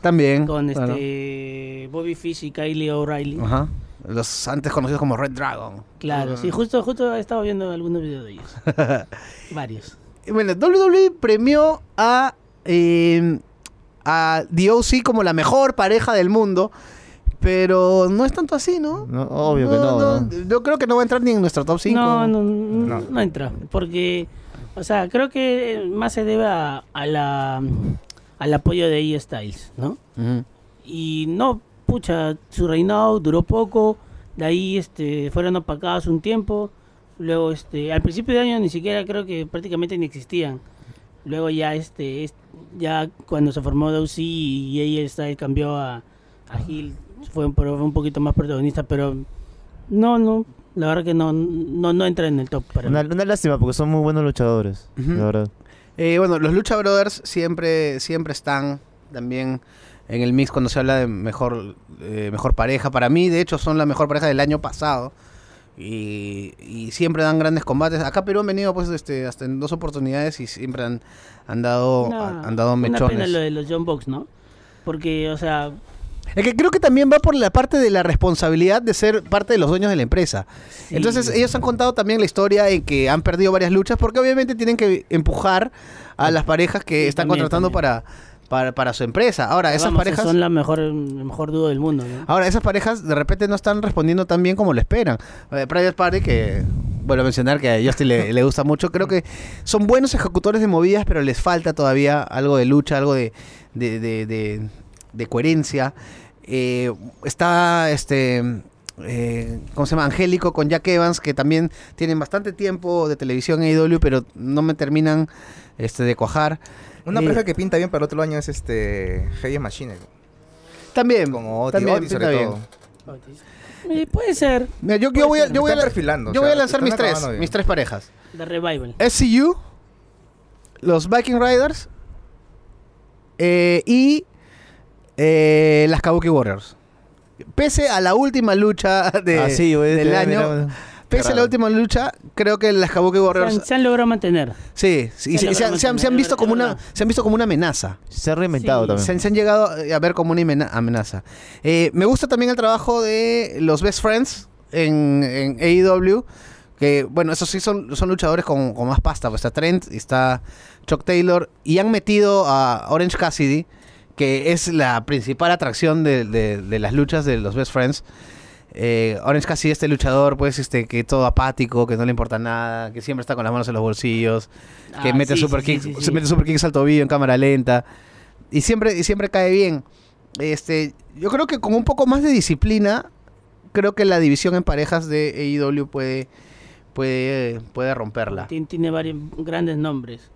Speaker 1: también
Speaker 2: con
Speaker 1: claro.
Speaker 2: este Bobby Fish y Kylie O'Reilly.
Speaker 1: Ajá. los antes conocidos como Red Dragon.
Speaker 2: Claro, sí, justo, justo he estado viendo algunos videos de ellos. Varios.
Speaker 1: Y Bueno, WWE premió a, eh, a The OC como la mejor pareja del mundo, pero no es tanto así, ¿no?
Speaker 3: No, obvio que no, ¿no?
Speaker 1: Yo creo que no va a entrar ni en nuestro top 5.
Speaker 2: No, no, no,
Speaker 4: No.
Speaker 2: no entra. Porque, o sea, creo que más se debe a, a la, al apoyo de E Styles, ¿no? Y no, pucha, su reinado duró poco. De ahí este, fueron opacados un tiempo. Luego, este, al principio de año ni siquiera creo que prácticamente ni existían. Luego ya este, es- ya cuando se formó Dawsey y ella Styles cambió a, a Hill, fue un, pro- fue un poquito más protagonista, pero no, no, la verdad que no, no, no entra en el top para
Speaker 3: Una,
Speaker 2: mí.
Speaker 3: una lástima porque son muy buenos luchadores,
Speaker 1: Ujú.
Speaker 3: la verdad.
Speaker 1: Eh, bueno, los Lucha Brothers siempre, siempre están también en el mix cuando se habla de mejor, eh, mejor pareja. Para mí, de hecho, son la mejor pareja del año pasado. Y, y siempre dan grandes combates. Acá Perú han venido pues este, hasta en dos oportunidades y siempre han, han dado,
Speaker 2: Una-
Speaker 1: han, han dado mechones.
Speaker 2: Una pena lo de los John Box, ¿no? Porque, o sea,
Speaker 1: Es que creo que también va por la parte de la responsabilidad de ser parte de los dueños de la empresa.
Speaker 2: sí.
Speaker 1: Entonces ellos han contado también la historia en que han perdido varias luchas porque obviamente tienen que empujar a las parejas que
Speaker 2: Sí,
Speaker 1: están
Speaker 2: también,
Speaker 1: contratando
Speaker 2: también.
Speaker 1: Para, para, para su empresa. Ahora, Ah, esas
Speaker 2: Vamos,
Speaker 1: parejas...
Speaker 2: son la mejor, el mejor dúo del mundo, ¿no?
Speaker 1: Ahora, esas parejas de repente no están respondiendo tan bien como lo esperan. Eh, Private Party, que vuelvo a mencionar que a Justin le, le gusta mucho, creo que son buenos ejecutores de movidas, pero les falta todavía algo de lucha, algo de, de, de- de- de coherencia. Eh, está este. eh, ¿Cómo se llama? Angélico con Jack Evans, que también tienen bastante tiempo de televisión en AEW, pero no me terminan este, de cuajar.
Speaker 4: Una
Speaker 1: Eh,
Speaker 4: pareja que pinta bien para el otro año es este Heavy Machine.
Speaker 1: También.
Speaker 4: Con Oti,
Speaker 1: Em, también
Speaker 4: Oti
Speaker 1: pinta
Speaker 4: sobre
Speaker 1: bien.
Speaker 4: todo.
Speaker 2: Eh, puede ser,
Speaker 1: Mira, yo, yo
Speaker 2: Puede
Speaker 1: voy a,
Speaker 2: ser.
Speaker 1: yo voy a
Speaker 4: Están
Speaker 1: la-
Speaker 4: perfilando,
Speaker 1: yo
Speaker 4: o
Speaker 1: voy a
Speaker 4: sea,
Speaker 1: lanzar
Speaker 4: están
Speaker 1: mis tres,
Speaker 4: acabando bien.
Speaker 1: mis tres parejas.
Speaker 2: The Revival.
Speaker 1: SCU, los Viking Riders eh, y eh, las Kabuki Warriors. Pese a la última lucha de-
Speaker 3: Ah, sí, güey,
Speaker 1: del
Speaker 3: mira,
Speaker 1: año,
Speaker 3: mira.
Speaker 1: pese a la
Speaker 4: raro.
Speaker 1: última lucha, creo que las Kabuki
Speaker 2: Se han,
Speaker 1: Warriors
Speaker 2: se han logrado mantener.
Speaker 1: sí, sí,
Speaker 2: se
Speaker 1: sí,
Speaker 2: han
Speaker 1: se, han, se han- se han
Speaker 2: logrado
Speaker 1: visto como una,
Speaker 2: mantener,
Speaker 1: se han visto como una amenaza.
Speaker 3: Se ha reinventado
Speaker 1: Se,
Speaker 2: Sí.
Speaker 3: también.
Speaker 1: han- se han llegado eh, a ver como una imena- amenaza. Eh, me gusta también el trabajo de los Best Friends en, en AEW. Que, bueno, esos sí son, son luchadores con, con más pasta. Pues está Trent, y está Chuck Taylor. Y han metido a Orange Cassidy, que es la principal atracción de, de- de las luchas de los Best Friends. eh, Orange Cassidy, este luchador, pues, este, que todo apático, que no le importa nada, que siempre está con las manos en los bolsillos, que
Speaker 2: Ah,
Speaker 1: mete
Speaker 2: sí,
Speaker 1: super
Speaker 2: sí,
Speaker 1: kicks,
Speaker 2: sí, sí,
Speaker 1: se
Speaker 2: sí.
Speaker 1: mete super kicks al tobillo en cámara lenta. Y siempre, y siempre cae bien. Este, yo creo que con un poco más de disciplina, creo que la división en parejas de AEW puede, puede, puede romperla.
Speaker 2: Tien- Tiene varios grandes nombres.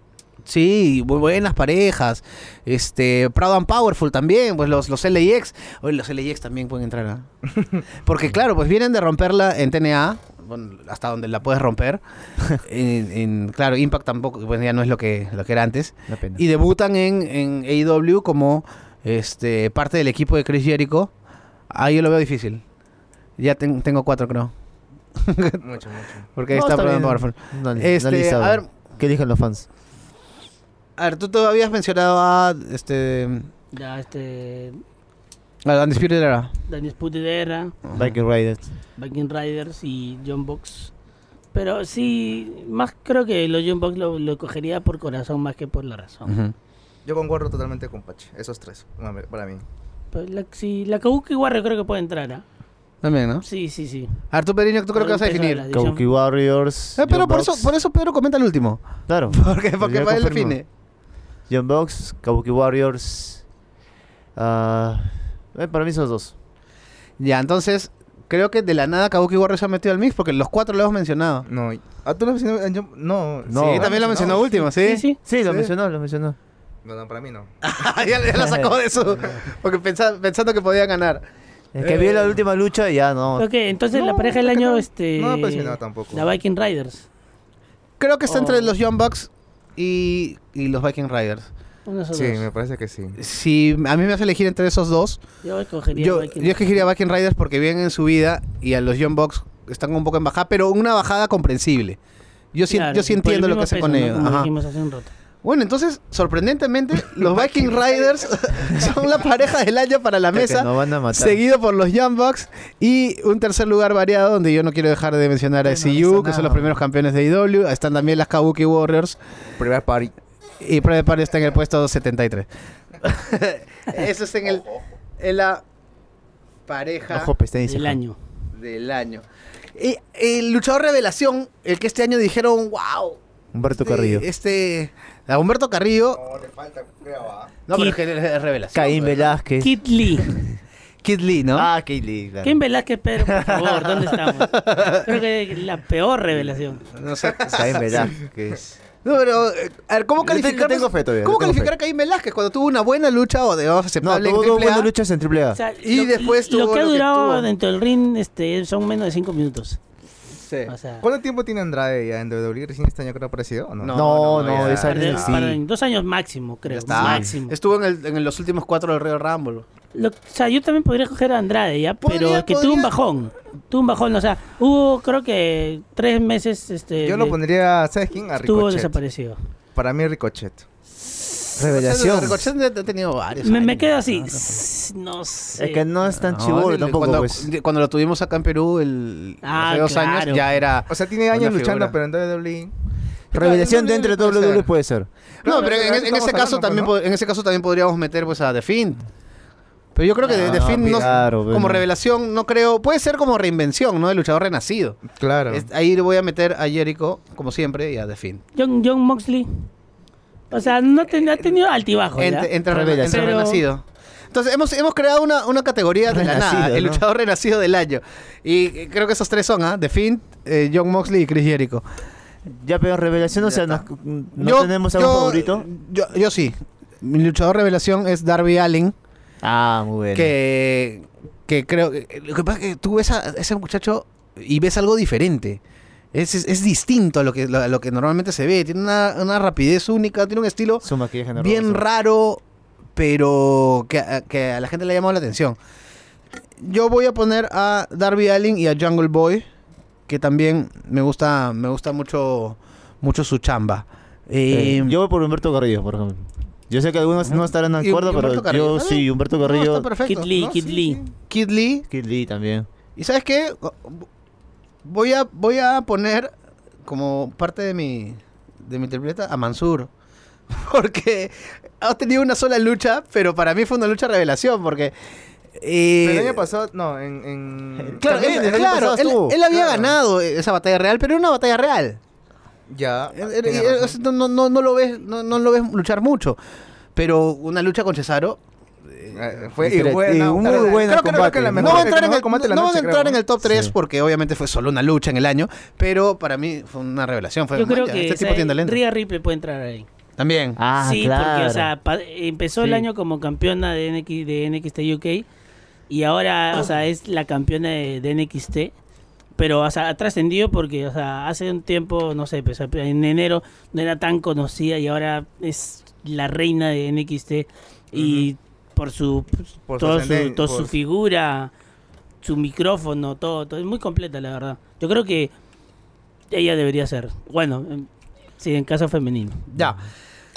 Speaker 1: Sí, muy buenas parejas. Este, Proud and Powerful también, pues los, los LAX. Oye, los LAX también pueden entrar, ¿ah? Porque claro, pues vienen de romperla en TNA, bueno, hasta donde la puedes romper. En, en- claro, Impact tampoco, pues ya no es lo que, lo que era antes.
Speaker 3: Una pena.
Speaker 1: Y debutan en, en AEW como este, parte del equipo de Chris Jericho. Ahí yo lo veo difícil. Ya ten- tengo cuatro, creo.
Speaker 4: Mucho, mucho.
Speaker 1: Porque ahí
Speaker 3: No,
Speaker 1: está, Proud and
Speaker 3: bien.
Speaker 1: Powerful.
Speaker 3: Una li-
Speaker 1: Este,
Speaker 3: una lista,
Speaker 1: a ver-
Speaker 3: Que elijan los fans.
Speaker 1: A ver, tú todavía has mencionado a este.
Speaker 2: Ya este.
Speaker 1: A Undisputed Era.
Speaker 2: Daniel Spudidera,
Speaker 3: Viking Riders.
Speaker 2: Viking Riders y John Box. Pero sí, más creo que los John Box lo, lo cogería por corazón más que por la razón.
Speaker 1: Ujú.
Speaker 4: Yo concuerdo totalmente con Pache. Esos tres, mame, para mí.
Speaker 2: Pero Pues la, sí, la Kabuki Warrior creo que puede entrar. ¿ah?
Speaker 1: También, ¿no?
Speaker 2: Sí, sí, sí.
Speaker 1: Arturo Periño, tú creo que vas a
Speaker 2: Empezar
Speaker 1: definir.
Speaker 2: la edición.
Speaker 3: Kabuki Warriors.
Speaker 1: Eh, pero
Speaker 3: John
Speaker 1: por
Speaker 3: Box.
Speaker 1: eso, por eso Pedro comenta el último.
Speaker 3: Claro.
Speaker 1: Porque, porque
Speaker 3: Yo
Speaker 1: para él
Speaker 3: confirmo.
Speaker 1: define.
Speaker 3: John Box, Kabuki Warriors. ah, eh, para mí esos dos.
Speaker 1: Ya, entonces, creo que de la nada Kabuki Warrior se ha metido al mix porque los cuatro lo hemos mencionado.
Speaker 4: No. ¿Ah, tú lo mencionaste? en Jump- No.
Speaker 3: No.
Speaker 1: sí, también lo mencionó último, ¿sí?
Speaker 2: Sí, sí.
Speaker 3: Sí, lo
Speaker 1: Sí.
Speaker 3: mencionó, lo mencionó.
Speaker 4: No, no, para mí no.
Speaker 1: Ah, ya, ya la sacó de eso. Porque pensa- pensando que podía ganar.
Speaker 3: El
Speaker 1: Eh.
Speaker 3: que vio la última lucha y ya no.
Speaker 2: Ok, entonces
Speaker 4: No,
Speaker 2: la pareja del
Speaker 4: creo que
Speaker 2: año,
Speaker 4: no.
Speaker 2: este.
Speaker 4: No, pues, sí, no, tampoco.
Speaker 2: La Viking Riders.
Speaker 1: Creo que está entre
Speaker 2: Oh.
Speaker 1: los Young Bucks y, y los Viking Riders.
Speaker 2: Uno solo.
Speaker 4: Sí, me parece que sí.
Speaker 1: Si a mí me hace elegir entre esos dos,
Speaker 2: Yo escogería
Speaker 1: yo,
Speaker 2: Viking
Speaker 1: yo escogería a Viking Riders porque vienen en su vida y a los Young Bucks están un poco en bajada, pero una bajada comprensible. Yo sí,
Speaker 2: Claro,
Speaker 1: yo sí
Speaker 2: por el
Speaker 1: entiendo lo
Speaker 2: mismo
Speaker 1: que hacen
Speaker 2: peso,
Speaker 1: con
Speaker 2: ¿no?
Speaker 1: ellos.
Speaker 2: Como
Speaker 1: Ajá.
Speaker 2: dijimos hace un rato.
Speaker 1: Bueno, entonces, sorprendentemente, los Viking Riders son la pareja del año para la
Speaker 3: Creo que
Speaker 1: mesa,
Speaker 3: nos van a matar.
Speaker 1: seguido por los Young Bucks y un tercer lugar variado donde yo no quiero dejar de mencionar a
Speaker 3: Sí, no,
Speaker 1: SCU,
Speaker 3: no está
Speaker 1: que son
Speaker 3: nada.
Speaker 1: los primeros campeones de IW. Están también las Kabuki Warriors
Speaker 4: Primer party.
Speaker 1: y Private Party está en el puesto 73. Eso es en, el, en la pareja
Speaker 3: Ojo, pestañas.
Speaker 2: El año.
Speaker 1: del año. Y el luchador revelación, el que este año dijeron, wow,
Speaker 3: Humberto
Speaker 1: este,
Speaker 3: Carrillo.
Speaker 1: este a Humberto Carrillo
Speaker 4: No, le falta, creo, ah.
Speaker 1: No,
Speaker 2: Kid-
Speaker 1: pero es que es revelación.
Speaker 3: Caín
Speaker 1: pues.
Speaker 3: Velázquez.
Speaker 2: Kid Lee.
Speaker 1: Kid Lee, ¿no?
Speaker 3: Ah, Kaylee, claro.
Speaker 2: Ken Velázquez, Pedro, por favor, ¿dónde estamos? Creo que la peor revelación.
Speaker 1: no sé.
Speaker 3: Caín Velázquez.
Speaker 1: No, pero, eh, a ver, ¿cómo
Speaker 3: Yo te- yo
Speaker 1: calificar?
Speaker 3: tengo fe todavía,
Speaker 1: ¿Cómo
Speaker 3: yo tengo
Speaker 1: calificar a
Speaker 3: fe.
Speaker 1: Caín Velázquez cuando tuvo una buena lucha o de
Speaker 3: No,
Speaker 1: aceptable
Speaker 3: tuvo
Speaker 1: en
Speaker 3: dos
Speaker 1: AAA?
Speaker 3: buenas luchas en triple
Speaker 2: O sea,
Speaker 1: Y después tuvo
Speaker 2: lo que ha
Speaker 1: lo que
Speaker 2: durado
Speaker 1: tuvo.
Speaker 2: dentro del ring este, son menos de 5 minutos.
Speaker 1: Sí.
Speaker 2: O sea,
Speaker 4: ¿Cuánto tiempo tiene Andrade ya en WWE? ¿Recién este año creo aparecido o no?
Speaker 1: No,
Speaker 3: No,
Speaker 1: no,
Speaker 3: no,
Speaker 1: ya.
Speaker 3: esa
Speaker 2: par de-
Speaker 3: es
Speaker 2: par
Speaker 3: sí.
Speaker 2: de- dos años máximo,
Speaker 1: Ah, Ya
Speaker 2: creo.
Speaker 1: está.
Speaker 2: Máximo.
Speaker 1: Estuvo en, el- en los últimos cuatro del Río Rumble.
Speaker 2: Lo- o sea, yo también podría escoger a Andrade, ya, pero
Speaker 1: Podría-
Speaker 2: es que tuvo
Speaker 1: podría-
Speaker 2: un bajón. Tuvo un bajón, o sea, hubo creo que tres meses. Este,
Speaker 4: Yo
Speaker 1: Eh,
Speaker 4: lo
Speaker 2: de-
Speaker 4: pondría, ¿sabes quién? A
Speaker 2: Estuvo
Speaker 4: Ricochet.
Speaker 2: desaparecido.
Speaker 4: Para mí Ricochet.
Speaker 1: O sea,
Speaker 3: Revelación.
Speaker 1: Ricochet ha ha tenido varios.
Speaker 2: Me, me
Speaker 1: años.
Speaker 2: quedo así. s- No sé.
Speaker 3: Es que no es tan
Speaker 1: No,
Speaker 3: chivolo
Speaker 1: el-
Speaker 3: tampoco,
Speaker 1: cuando,
Speaker 3: pues.
Speaker 1: cuando lo tuvimos acá en Perú el,
Speaker 2: Ah,
Speaker 1: hace dos
Speaker 2: claro.
Speaker 1: años ya era...
Speaker 4: O sea, tiene
Speaker 1: Una
Speaker 4: años luchando,
Speaker 1: figura.
Speaker 4: pero en E, WWE.
Speaker 3: Revelación
Speaker 4: Claro,
Speaker 3: dentro de
Speaker 4: puede
Speaker 3: WWE
Speaker 4: ser.
Speaker 3: puede ser.
Speaker 1: No,
Speaker 4: Claro,
Speaker 1: pero en,
Speaker 4: claro,
Speaker 1: en
Speaker 4: estamos
Speaker 1: ese caso
Speaker 4: hablando,
Speaker 1: también,
Speaker 4: pues,
Speaker 1: po- en ese caso también podríamos meter pues a The Fiend. Pero yo creo que de- The
Speaker 3: No,
Speaker 1: Fiend no-
Speaker 3: claro,
Speaker 1: como
Speaker 3: bueno.
Speaker 1: revelación no creo, puede ser como reinvención, ¿no? El luchador renacido.
Speaker 4: ¿no? Claro.
Speaker 1: Es- ahí voy a meter a Jericho, como siempre, y a The Fiend.
Speaker 2: John, John Moxley. O sea, no ten- ha tenido altibajos. ¿ya?
Speaker 1: Entre, entre rena-
Speaker 3: Revelación.
Speaker 1: entre
Speaker 2: Pero-
Speaker 1: renacido. Entonces hemos, hemos creado una, una categoría de la
Speaker 3: Renacido,
Speaker 1: nada, el
Speaker 3: ¿no?
Speaker 1: luchador renacido del año. Y eh, creo que esos tres son, ¿ah? The Fiend, eh, John Moxley y Chris Jericho.
Speaker 3: Ya, pero revelación, o sea, nos- no
Speaker 1: Yo-
Speaker 3: tenemos algún
Speaker 1: yo- eh,
Speaker 3: favorito.
Speaker 1: Yo, yo sí. Mi luchador revelación es Darby Allen.
Speaker 3: Ah, muy bueno.
Speaker 1: que, que creo que lo que pasa es que tú ves a ese muchacho y ves algo diferente. Es, es- es distinto a lo que, a lo que normalmente se ve. Tiene una, una rapidez única, tiene un estilo
Speaker 3: Su maquillaje generoso.
Speaker 1: bien raro, pero que, a- que a la gente le ha llamado la atención. Yo voy a poner a Darby Allin y a Jungle Boy, que también me gusta, me gusta mucho, mucho su chamba.
Speaker 3: Eh,
Speaker 1: Eh,
Speaker 3: yo voy por Humberto Carrillo, por ejemplo. Yo sé que algunos no estarán de
Speaker 1: y- y
Speaker 3: acuerdo,
Speaker 1: Humberto
Speaker 3: pero
Speaker 1: Carrillo.
Speaker 3: yo
Speaker 1: Está
Speaker 3: sí,
Speaker 1: bien.
Speaker 3: Humberto
Speaker 1: no,
Speaker 3: Carrillo.
Speaker 1: está perfecto.
Speaker 2: Kid Lee,
Speaker 1: No,
Speaker 2: Kid
Speaker 1: sí,
Speaker 2: Lee.
Speaker 1: sí. Kid Lee,
Speaker 3: Kid Lee también.
Speaker 1: ¿Y sabes qué? Voy a, voy a poner como parte de mi, de mi tripleta a Mansur. Porque ha tenido una sola lucha, pero para mí fue una lucha revelación. Porque Eh,
Speaker 4: Pero el año pasado, no, en. en-
Speaker 1: Claro,
Speaker 3: También,
Speaker 1: él,
Speaker 3: el año
Speaker 1: claro,
Speaker 3: pasado
Speaker 1: él-
Speaker 3: estuvo.
Speaker 1: él había
Speaker 4: Claro.
Speaker 1: ganado esa batalla real, pero era una batalla real.
Speaker 4: Ya.
Speaker 1: Eh, eh,
Speaker 4: tienes
Speaker 1: eh,
Speaker 4: Ah, razón.
Speaker 1: no, no- no- no lo ves, no, no lo ves luchar mucho. Pero una lucha con Cesaro.
Speaker 4: Eh, Fue
Speaker 3: Discre-
Speaker 4: y
Speaker 3: y
Speaker 4: buena,
Speaker 3: muy buena
Speaker 4: creo- creo que- creo
Speaker 3: combate.
Speaker 4: que la
Speaker 3: No
Speaker 4: mejor-
Speaker 1: no va a
Speaker 4: el
Speaker 1: entrar, en
Speaker 4: mejor
Speaker 1: el,
Speaker 4: combate de la
Speaker 1: no va a
Speaker 4: noche,
Speaker 1: entrar
Speaker 4: creo,
Speaker 1: en
Speaker 4: ¿no?
Speaker 1: el top 3
Speaker 3: Sí.
Speaker 1: porque obviamente fue solo una lucha en el año. Pero para mí fue una revelación. Fue,
Speaker 2: Yo creo
Speaker 1: "Maya,
Speaker 2: que
Speaker 1: este
Speaker 2: o sea,
Speaker 1: tipo tiene talento.
Speaker 2: Rhea Ripley puede entrar ahí.
Speaker 1: También.
Speaker 3: Ah,
Speaker 2: sí,
Speaker 3: claro.
Speaker 2: porque o sea, pa- empezó el
Speaker 3: Sí.
Speaker 2: año como campeona de, NX de NXT UK y ahora, o sea, es la campeona de, de NXT. Pero, o sea, ha trascendido porque, o sea, hace un tiempo, no sé, pues, en enero no era tan conocida y ahora es la reina de NXT y por su, pues,
Speaker 4: Por su
Speaker 2: todo su,
Speaker 4: ascenden-
Speaker 2: todo su
Speaker 4: por-
Speaker 2: figura, su micrófono, todo, todo, es muy completa, la verdad. Yo creo que ella debería ser, bueno, em, sí, en caso femenino.
Speaker 1: Ya.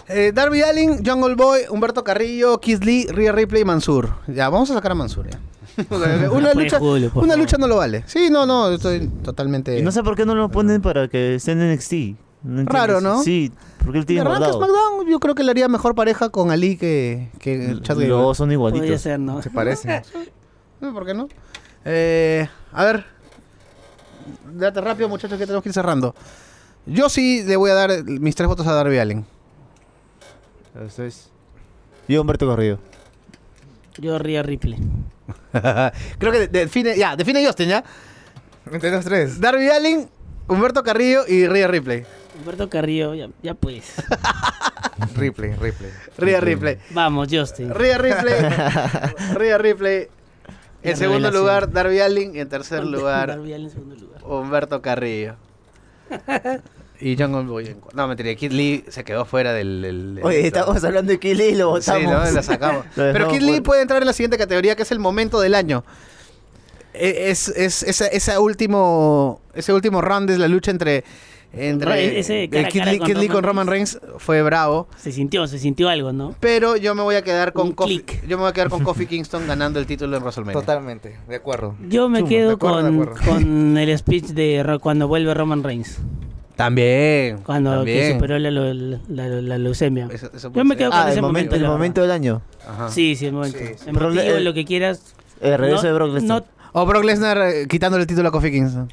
Speaker 1: Eh, Darby Allin, Jungle Boy, Humberto Carrillo, Keith Lee, Rhea Ripley y Mansur. Ya, vamos a sacar a Mansur. ya. una
Speaker 2: Pues,
Speaker 1: lucha,
Speaker 2: Julio, por
Speaker 1: una
Speaker 2: favor.
Speaker 1: lucha no lo vale. Sí, no, no, estoy totalmente.
Speaker 3: Y no sé por qué no lo ponen para que esté en NXT. No entiendo
Speaker 1: Raro,
Speaker 3: eso.
Speaker 1: ¿no?
Speaker 3: Sí, porque él
Speaker 1: De
Speaker 3: tiene
Speaker 1: arranque
Speaker 3: guardado.
Speaker 1: SmackDown, yo creo que le haría mejor pareja con Ali que, que el Chad Gable.
Speaker 3: Los dos son
Speaker 2: Podría
Speaker 3: igualitos.
Speaker 2: ser, ¿no?
Speaker 4: Se parece.
Speaker 1: No, ¿Por qué no? Eh, a ver. Date rápido, muchachos, que tenemos que ir cerrando. Yo sí le voy a dar mis tres votos a Darby Allen.
Speaker 3: Eso es. Y Humberto Corrido.
Speaker 2: Yo Rhea Ripley.
Speaker 1: creo que define. Ya, define Justin, ¿ya?
Speaker 4: Entre los tres.
Speaker 1: Darby Allen, Humberto Carrillo y Rhea Ripley.
Speaker 2: Humberto Carrillo, ya, ya pues.
Speaker 4: Ripley, Ripley.
Speaker 1: Rhea Ripley.
Speaker 2: Vamos, Justin.
Speaker 1: Rhea Ripley. Rhea Ripley. En
Speaker 2: La
Speaker 1: segundo
Speaker 2: revelación.
Speaker 1: lugar, Darby Allin. En tercer
Speaker 2: Ponte
Speaker 1: lugar,
Speaker 2: Darby Allin en segundo lugar.
Speaker 1: Humberto Carrillo. y John Goldboy en cuarto. No, mentira, Kid Lee se quedó fuera del. del- del-
Speaker 3: Oye, estamos hablando de Kili y lo votamos.
Speaker 1: Sí, ¿no? La sacamos.
Speaker 3: Lo
Speaker 1: Pero
Speaker 3: dejamos
Speaker 1: Kid Lee
Speaker 3: fuera.
Speaker 1: puede entrar en la siguiente categoría, que es el momento del año. E- Es, es, esa, esa último, ese último round de la lucha entre, entre
Speaker 2: Ese
Speaker 1: eh,
Speaker 2: cara a
Speaker 1: Kid,
Speaker 2: cara
Speaker 1: Lee,
Speaker 2: con
Speaker 1: Kid Lee con
Speaker 2: Roman
Speaker 1: Roman Reigns fue bravo.
Speaker 2: Se sintió, se sintió algo, ¿no?
Speaker 1: Pero yo me voy a quedar con
Speaker 2: Un
Speaker 1: Kofi,
Speaker 2: click.
Speaker 1: yo me voy a quedar con Kofi Kingston ganando el título en WrestleMania.
Speaker 4: Totalmente, de acuerdo.
Speaker 2: Yo me
Speaker 4: Chumos,
Speaker 2: quedo
Speaker 4: de acuerdo, de
Speaker 2: con,
Speaker 4: acuerdo.
Speaker 2: con el speech de Ro- cuando vuelve Roman Reigns.
Speaker 1: También.
Speaker 2: Cuando que
Speaker 1: también.
Speaker 2: superó la, la- la- la leucemia.
Speaker 1: Eso- eso
Speaker 2: Yo
Speaker 1: puede
Speaker 2: me
Speaker 1: ser.
Speaker 2: quedo con
Speaker 3: Ah,
Speaker 2: ese
Speaker 3: el momento,
Speaker 2: momento.
Speaker 3: el
Speaker 2: la
Speaker 3: momento del año.
Speaker 1: Ajá.
Speaker 2: verdad. Sí, sí, el momento.
Speaker 4: Sí, eh, sí.
Speaker 3: Pero le-
Speaker 2: Emotivo,
Speaker 3: el-
Speaker 2: lo que quieras.
Speaker 3: El
Speaker 2: No-
Speaker 3: regreso de Eh, Brock Lesnar.
Speaker 2: no-
Speaker 1: O Brock Lesnar eh, quitándole el título a Kofi Kingston.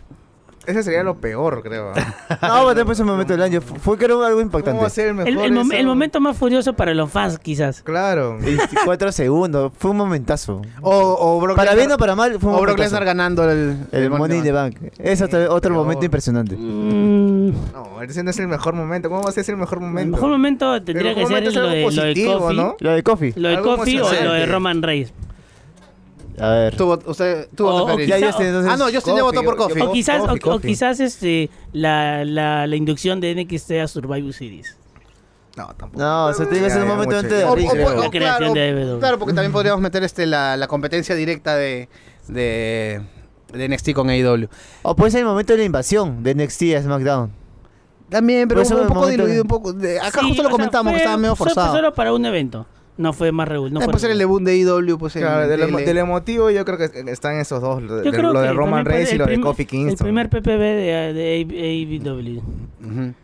Speaker 4: Ese sería lo peor, creo.
Speaker 3: No, pero después el momento del año. Fu- Fue que era algo
Speaker 4: ¿Cómo va a
Speaker 3: impactante.
Speaker 4: ser el mejor?
Speaker 2: el, el mom-
Speaker 4: eso?
Speaker 2: el momento más furioso para los fans, quizás.
Speaker 4: Claro.
Speaker 3: 24 segundos. Fue un momentazo.
Speaker 1: O, o Brock
Speaker 3: Para bien o
Speaker 1: Lesnar,
Speaker 3: para mal, fue un
Speaker 1: o Brock
Speaker 3: momentazo.
Speaker 1: Lesnar ganando el,
Speaker 3: El Money in the Bank. Ese otro, otro
Speaker 4: pero-
Speaker 3: momento impresionante.
Speaker 2: Mm,
Speaker 4: No, ese no es el mejor momento. ¿Cómo va a ser el mejor
Speaker 2: el
Speaker 4: momento?
Speaker 2: mejor momento
Speaker 4: El
Speaker 2: tendría
Speaker 4: mejor
Speaker 2: que ser
Speaker 4: momento
Speaker 2: lo de,
Speaker 4: es
Speaker 2: lo de
Speaker 4: algo positivo,
Speaker 2: Kofi.
Speaker 4: ¿no?
Speaker 3: Lo de Kofi.
Speaker 2: Lo de
Speaker 4: Algo
Speaker 2: Kofi o lo de
Speaker 4: emocionante.
Speaker 2: Roman Reigns.
Speaker 3: A ver.
Speaker 1: Tuvo, usted, tuvo
Speaker 2: O-
Speaker 1: otra
Speaker 2: o
Speaker 1: crítica.
Speaker 3: Ya
Speaker 2: quizá-
Speaker 3: Justin, entonces-
Speaker 1: Ah, no, Justin ya
Speaker 4: Kofi,
Speaker 1: votó por
Speaker 4: yo-
Speaker 1: Kofi.
Speaker 4: yo-
Speaker 2: O quizás,
Speaker 3: Kofi,
Speaker 2: o- o
Speaker 3: Kofi.
Speaker 2: quizás, este, la, la, la inducción de NXT a Survivor Series.
Speaker 4: No, tampoco.
Speaker 3: No, o sea, tiene que
Speaker 4: Ya,
Speaker 3: ser un
Speaker 4: ya,
Speaker 3: momento
Speaker 4: mucho,
Speaker 3: antes de
Speaker 4: ya.
Speaker 1: O- o-
Speaker 3: ring,
Speaker 1: o-
Speaker 3: creo.
Speaker 1: o-
Speaker 2: La creación
Speaker 1: claro,
Speaker 2: de AEW.
Speaker 1: claro, porque también podríamos meter este, la, la competencia directa de, de, de NXT con E AEW.
Speaker 3: O puede ser el momento de la invasión de NXT a SmackDown.
Speaker 1: También, pero
Speaker 3: Por
Speaker 2: Pues
Speaker 3: eso
Speaker 1: un,
Speaker 3: el
Speaker 1: poco
Speaker 3: momento-
Speaker 1: diluido, un poco. de- acá
Speaker 2: Sí,
Speaker 1: justo
Speaker 2: o
Speaker 1: lo
Speaker 2: sea,
Speaker 1: comentamos,
Speaker 2: fue-
Speaker 1: que estaba medio
Speaker 2: fue- fue
Speaker 1: forzado.
Speaker 2: solo para un evento. No fue más regular. No
Speaker 1: Eh,
Speaker 2: fue
Speaker 1: pues era el
Speaker 2: regular.
Speaker 1: debut de AEW, pues. el-
Speaker 4: Claro, del, emo-
Speaker 1: el-
Speaker 4: del emotivo yo creo que están esos dos, lo de,
Speaker 2: Yo creo
Speaker 4: lo
Speaker 2: que
Speaker 4: de
Speaker 2: también
Speaker 4: Roman
Speaker 2: fue
Speaker 4: Reigns y
Speaker 2: el
Speaker 4: lo de
Speaker 2: prim-
Speaker 4: Kofi Kingston.
Speaker 2: El primer PPV de, de AEW.
Speaker 1: Ujú.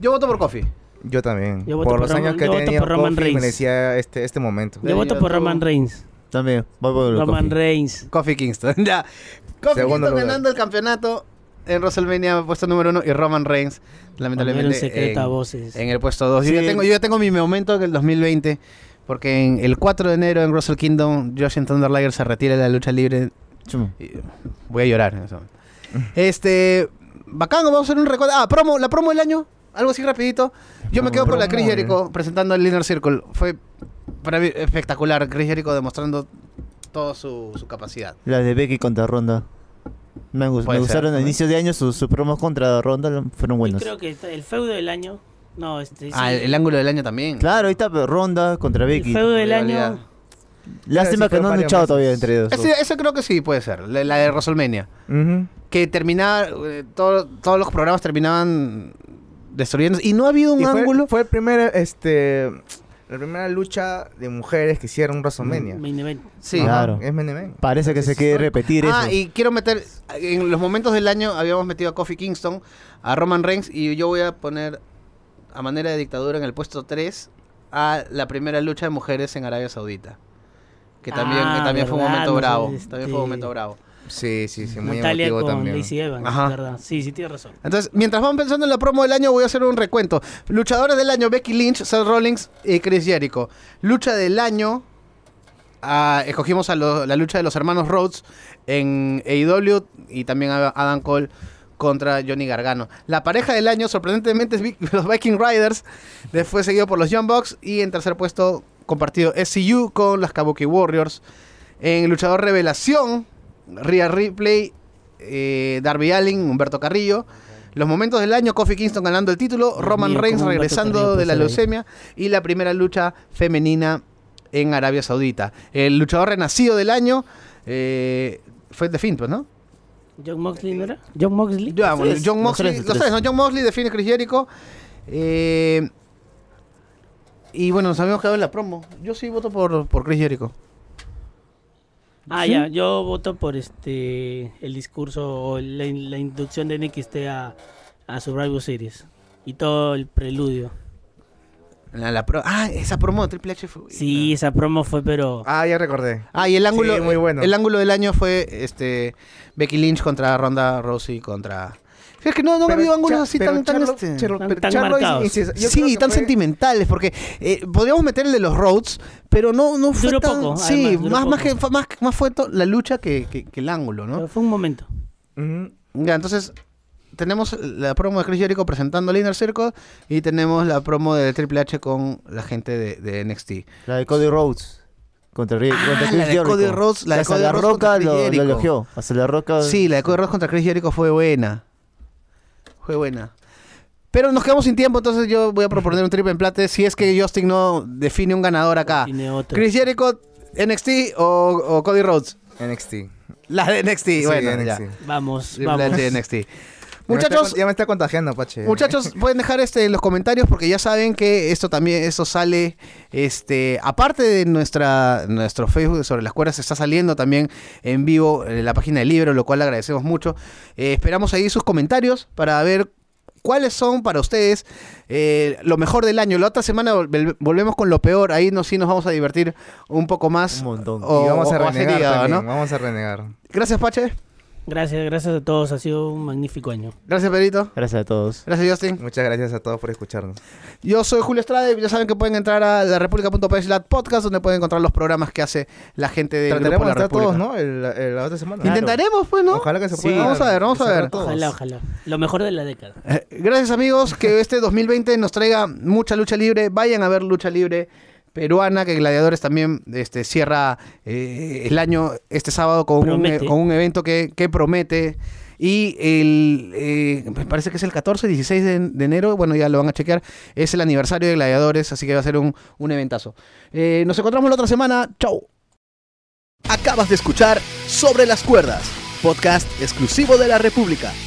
Speaker 1: Yo voto por Kofi.
Speaker 4: Yo también.
Speaker 2: Yo voto
Speaker 4: por
Speaker 2: por
Speaker 4: los
Speaker 2: Roman-
Speaker 4: años
Speaker 2: yo
Speaker 4: que ha
Speaker 2: voto
Speaker 4: tenido
Speaker 2: por Roman
Speaker 4: Kofi
Speaker 2: Reigns.
Speaker 4: merecía este, este momento.
Speaker 1: Ya,
Speaker 2: Yo voto
Speaker 1: ya
Speaker 2: por
Speaker 1: tú-
Speaker 2: Roman Reigns.
Speaker 3: También. Voy por el
Speaker 2: Roman
Speaker 3: Kofi.
Speaker 2: Reigns.
Speaker 1: Kofi Kingston. ya. Kofi
Speaker 4: Segundo
Speaker 1: Kingston
Speaker 4: lugar.
Speaker 1: ganando el campeonato en WrestleMania, puesto número uno, y Roman Reigns,
Speaker 2: Era un
Speaker 1: lamentablemente.
Speaker 2: secreto
Speaker 1: en-
Speaker 2: a voces.
Speaker 1: En el puesto 2.
Speaker 3: Sí.
Speaker 1: Yo, ya tengo, yo ya tengo mi momento del 2020. Porque en el 4 de enero en Russell Kingdom, Josh Thunder Liger se retira de la lucha libre.
Speaker 3: Chum.
Speaker 1: Y voy a llorar en ese momento. Este. Bacán, vamos a hacer un recuerdo. Ah, promo, la promo del año. Algo así rapidito. Yo me quedo con la
Speaker 4: Promo,
Speaker 1: Chris
Speaker 4: eh.
Speaker 1: Jericho presentando el Inner Circle. Fue para mí espectacular. Chris Jericho demostrando toda su, su capacidad.
Speaker 3: Las de Becky contra Ronda. Me, gus- me
Speaker 1: Puede ser,
Speaker 3: gustaron a
Speaker 1: ¿no?
Speaker 3: inicios de año sus sus promos contra Ronda lo- fueron
Speaker 2: Yo
Speaker 3: buenos.
Speaker 2: creo que el feudo del año. No, este.
Speaker 1: Ah,
Speaker 2: sí,
Speaker 1: el, el ángulo del año también.
Speaker 3: Claro, ahí está pero Ronda contra
Speaker 2: el
Speaker 3: Becky.
Speaker 2: feudo del
Speaker 1: rivalidad.
Speaker 2: año.
Speaker 3: Lástima
Speaker 4: Sí,
Speaker 3: que
Speaker 4: fueron
Speaker 3: no han
Speaker 4: varias
Speaker 3: luchado
Speaker 4: veces.
Speaker 3: todavía entre ellos.
Speaker 1: Ese- esa creo que sí puede ser. La, la de WrestleMania.
Speaker 4: Ujú.
Speaker 1: que terminaba, eh, todo- todos los programas terminaban destruyendo y no ha habido un
Speaker 4: Y fue,
Speaker 1: ángulo
Speaker 4: fue el primer, este, la primera lucha de mujeres que hicieron WrestleMania.
Speaker 2: main event.
Speaker 1: sí
Speaker 3: Ajá. Claro.
Speaker 4: Es Men in Men.
Speaker 3: Parece que
Speaker 4: Sí,
Speaker 3: se
Speaker 4: sí,
Speaker 3: quiere
Speaker 4: sí.
Speaker 3: repetir
Speaker 1: ah
Speaker 3: eso.
Speaker 1: y quiero meter en los momentos del año habíamos metido a Kofi Kingston a Roman Reigns y yo voy a poner a manera de dictadura en el puesto 3 a la primera lucha de mujeres en Arabia Saudita que también, que
Speaker 2: Ah,
Speaker 1: también fue un
Speaker 2: verdad,
Speaker 1: momento
Speaker 2: no sé,
Speaker 1: bravo.
Speaker 2: este-
Speaker 1: También fue un momento bravo.
Speaker 4: Sí, sí, sí, muy
Speaker 2: Natalia
Speaker 4: emotivo
Speaker 2: con
Speaker 4: también.
Speaker 2: Lacey Evans,
Speaker 1: Ajá.
Speaker 2: ¿verdad? Sí, sí, tienes razón.
Speaker 1: Entonces, mientras van pensando en la promo del año, voy a hacer un recuento. Luchadores del año, Becky Lynch, Seth Rollins y Chris Jericho. Lucha del año, ah, escogimos a lo- la lucha de los hermanos Rhodes en AEW y también a Adam Cole contra Johnny Gargano. La pareja del año, sorprendentemente, es Vi- los Viking Riders, después seguido por los Young Bucks y en tercer puesto compartido SCU con las Kabuki Warriors. En Luchador Revelación, Rhea Ripley, eh, Darby Allin, Humberto Carrillo. Los momentos del año, Kofi Kingston ganando el título, Roman
Speaker 2: mío,
Speaker 1: Reigns
Speaker 2: ¿cómo Humberto Carrillo
Speaker 1: regresando
Speaker 2: puede
Speaker 1: de la
Speaker 2: ser ahí?
Speaker 1: leucemia y la primera lucha femenina en Arabia Saudita. El luchador renacido del año eh, fue The Fint, pues, ¿no?
Speaker 2: ¿John Moxley no era? ¿John Moxley?
Speaker 1: Ya,
Speaker 3: Los
Speaker 1: ah, bueno,
Speaker 3: tres,
Speaker 1: John
Speaker 3: los
Speaker 1: Moxley,
Speaker 3: tres, los
Speaker 1: los tres,
Speaker 3: tres.
Speaker 1: ¿no? John Moxley, The Finn, Chris Jericho. eh, y bueno, nos habíamos quedado en la promo. Yo sí voto por, por Chris Jericho.
Speaker 2: Ah,
Speaker 3: Sí.
Speaker 2: ya, yo voto por este el discurso o la, in- la inducción de NXT a, a Survivor Series y todo el preludio.
Speaker 1: La, la pro- ah, esa promo de Triple H fue...
Speaker 2: Sí, esa promo fue, pero
Speaker 4: Ah, ya recordé.
Speaker 1: Ah, y el ángulo,
Speaker 4: Sí, muy bueno.
Speaker 1: el ángulo del año fue este Becky Lynch contra Ronda Rousey contra... Es que no, no ha habido ángulos así tan... tan, este-
Speaker 2: Tan- tan marcados.
Speaker 1: sí, tan sentimentales, porque eh, podríamos meter el de los Rhodes, pero no, no fue
Speaker 2: Duró
Speaker 1: tan...
Speaker 2: poco,
Speaker 1: sí,
Speaker 2: además, duró
Speaker 1: más, más,
Speaker 2: poco.
Speaker 1: que, fa- más, más fue to- la lucha que, que- que el ángulo,
Speaker 2: pero
Speaker 1: ¿no?
Speaker 2: fue un momento.
Speaker 1: Ya, entonces tenemos la promo de Chris Jericho presentando el Inner Circle y tenemos la promo de Triple H con la gente de, de NXT.
Speaker 3: La de Cody Rhodes. Contra, Rie-
Speaker 1: Ah,
Speaker 3: contra
Speaker 1: la
Speaker 3: Chris
Speaker 1: de
Speaker 3: Jericho.
Speaker 1: Cody Rhodes- la de
Speaker 3: Hasta
Speaker 1: Cody
Speaker 3: la
Speaker 1: Rhodes
Speaker 3: Roca
Speaker 1: contra Chris
Speaker 3: lo, lo
Speaker 1: Jericho.
Speaker 3: elogió. Hasta la Roca.
Speaker 1: Sí, la de Cody Rhodes contra Chris Jericho fue buena. Fue buena. Pero nos quedamos sin tiempo, entonces yo voy a proponer un triple empate si es que Justin no define un ganador acá.
Speaker 2: Tiene
Speaker 1: Ah,
Speaker 2: otro.
Speaker 1: Chris Jericho, NXT o, o Cody Rhodes.
Speaker 4: NXT.
Speaker 1: La de NXT,
Speaker 4: Sí,
Speaker 1: bueno,
Speaker 4: NXT.
Speaker 1: ya.
Speaker 2: Vamos,
Speaker 1: La
Speaker 2: vamos.
Speaker 1: de NXT.
Speaker 4: Ya me está
Speaker 1: Muchachos,
Speaker 4: con- ya me está contagiando, Pache.
Speaker 1: Muchachos, pueden dejar este en los comentarios porque ya saben que esto también esto sale este aparte de nuestra nuestro Facebook de sobre las cuerdas está saliendo también en vivo en la página del libro, lo cual le agradecemos mucho. Eh, esperamos ahí sus comentarios para ver cuáles son para ustedes eh, lo mejor del año. La otra semana vol- volvemos con lo peor, ahí nos sí nos vamos a divertir un poco más.
Speaker 3: Un montón.
Speaker 1: O-
Speaker 4: y vamos a
Speaker 1: o- o hacer
Speaker 4: renegar
Speaker 1: hígado,
Speaker 4: también,
Speaker 1: ¿no?
Speaker 4: Vamos a renegar.
Speaker 1: Gracias Pache,
Speaker 2: Gracias, gracias a todos. Ha sido un magnífico año.
Speaker 1: gracias Pedrito,
Speaker 3: Gracias a todos.
Speaker 1: gracias Justin.
Speaker 4: Muchas gracias a todos por escucharnos.
Speaker 1: Yo soy Julio Estrada y ya saben que pueden entrar a la podcast donde pueden encontrar los programas que hace la gente del grupo
Speaker 4: Trataremos de
Speaker 1: La
Speaker 4: estar
Speaker 1: República.
Speaker 4: todos, ¿no? El- el- la otra semana.
Speaker 3: Claro.
Speaker 1: Intentaremos, pues, ¿no?
Speaker 4: Ojalá que se
Speaker 1: Sí,
Speaker 4: pueda.
Speaker 1: vamos a ver, vamos a
Speaker 4: empezar
Speaker 1: ver.
Speaker 4: todos.
Speaker 2: Ojalá, ojalá. Lo mejor de la década.
Speaker 1: Eh, Gracias amigos, que este 2020 nos traiga mucha lucha libre. Vayan a ver lucha libre peruana, que Gladiadores también este, cierra eh, el año este sábado con, un,
Speaker 2: Promete.
Speaker 1: con un evento que, que promete. Y el, eh, me parece que es el 14, 16 de, de enero, bueno, ya lo van a chequear, es el aniversario de Gladiadores, así que va a ser un, un eventazo. Eh, nos encontramos la otra semana, chau.
Speaker 5: Acabas de escuchar Sobre las Cuerdas, podcast exclusivo de la República.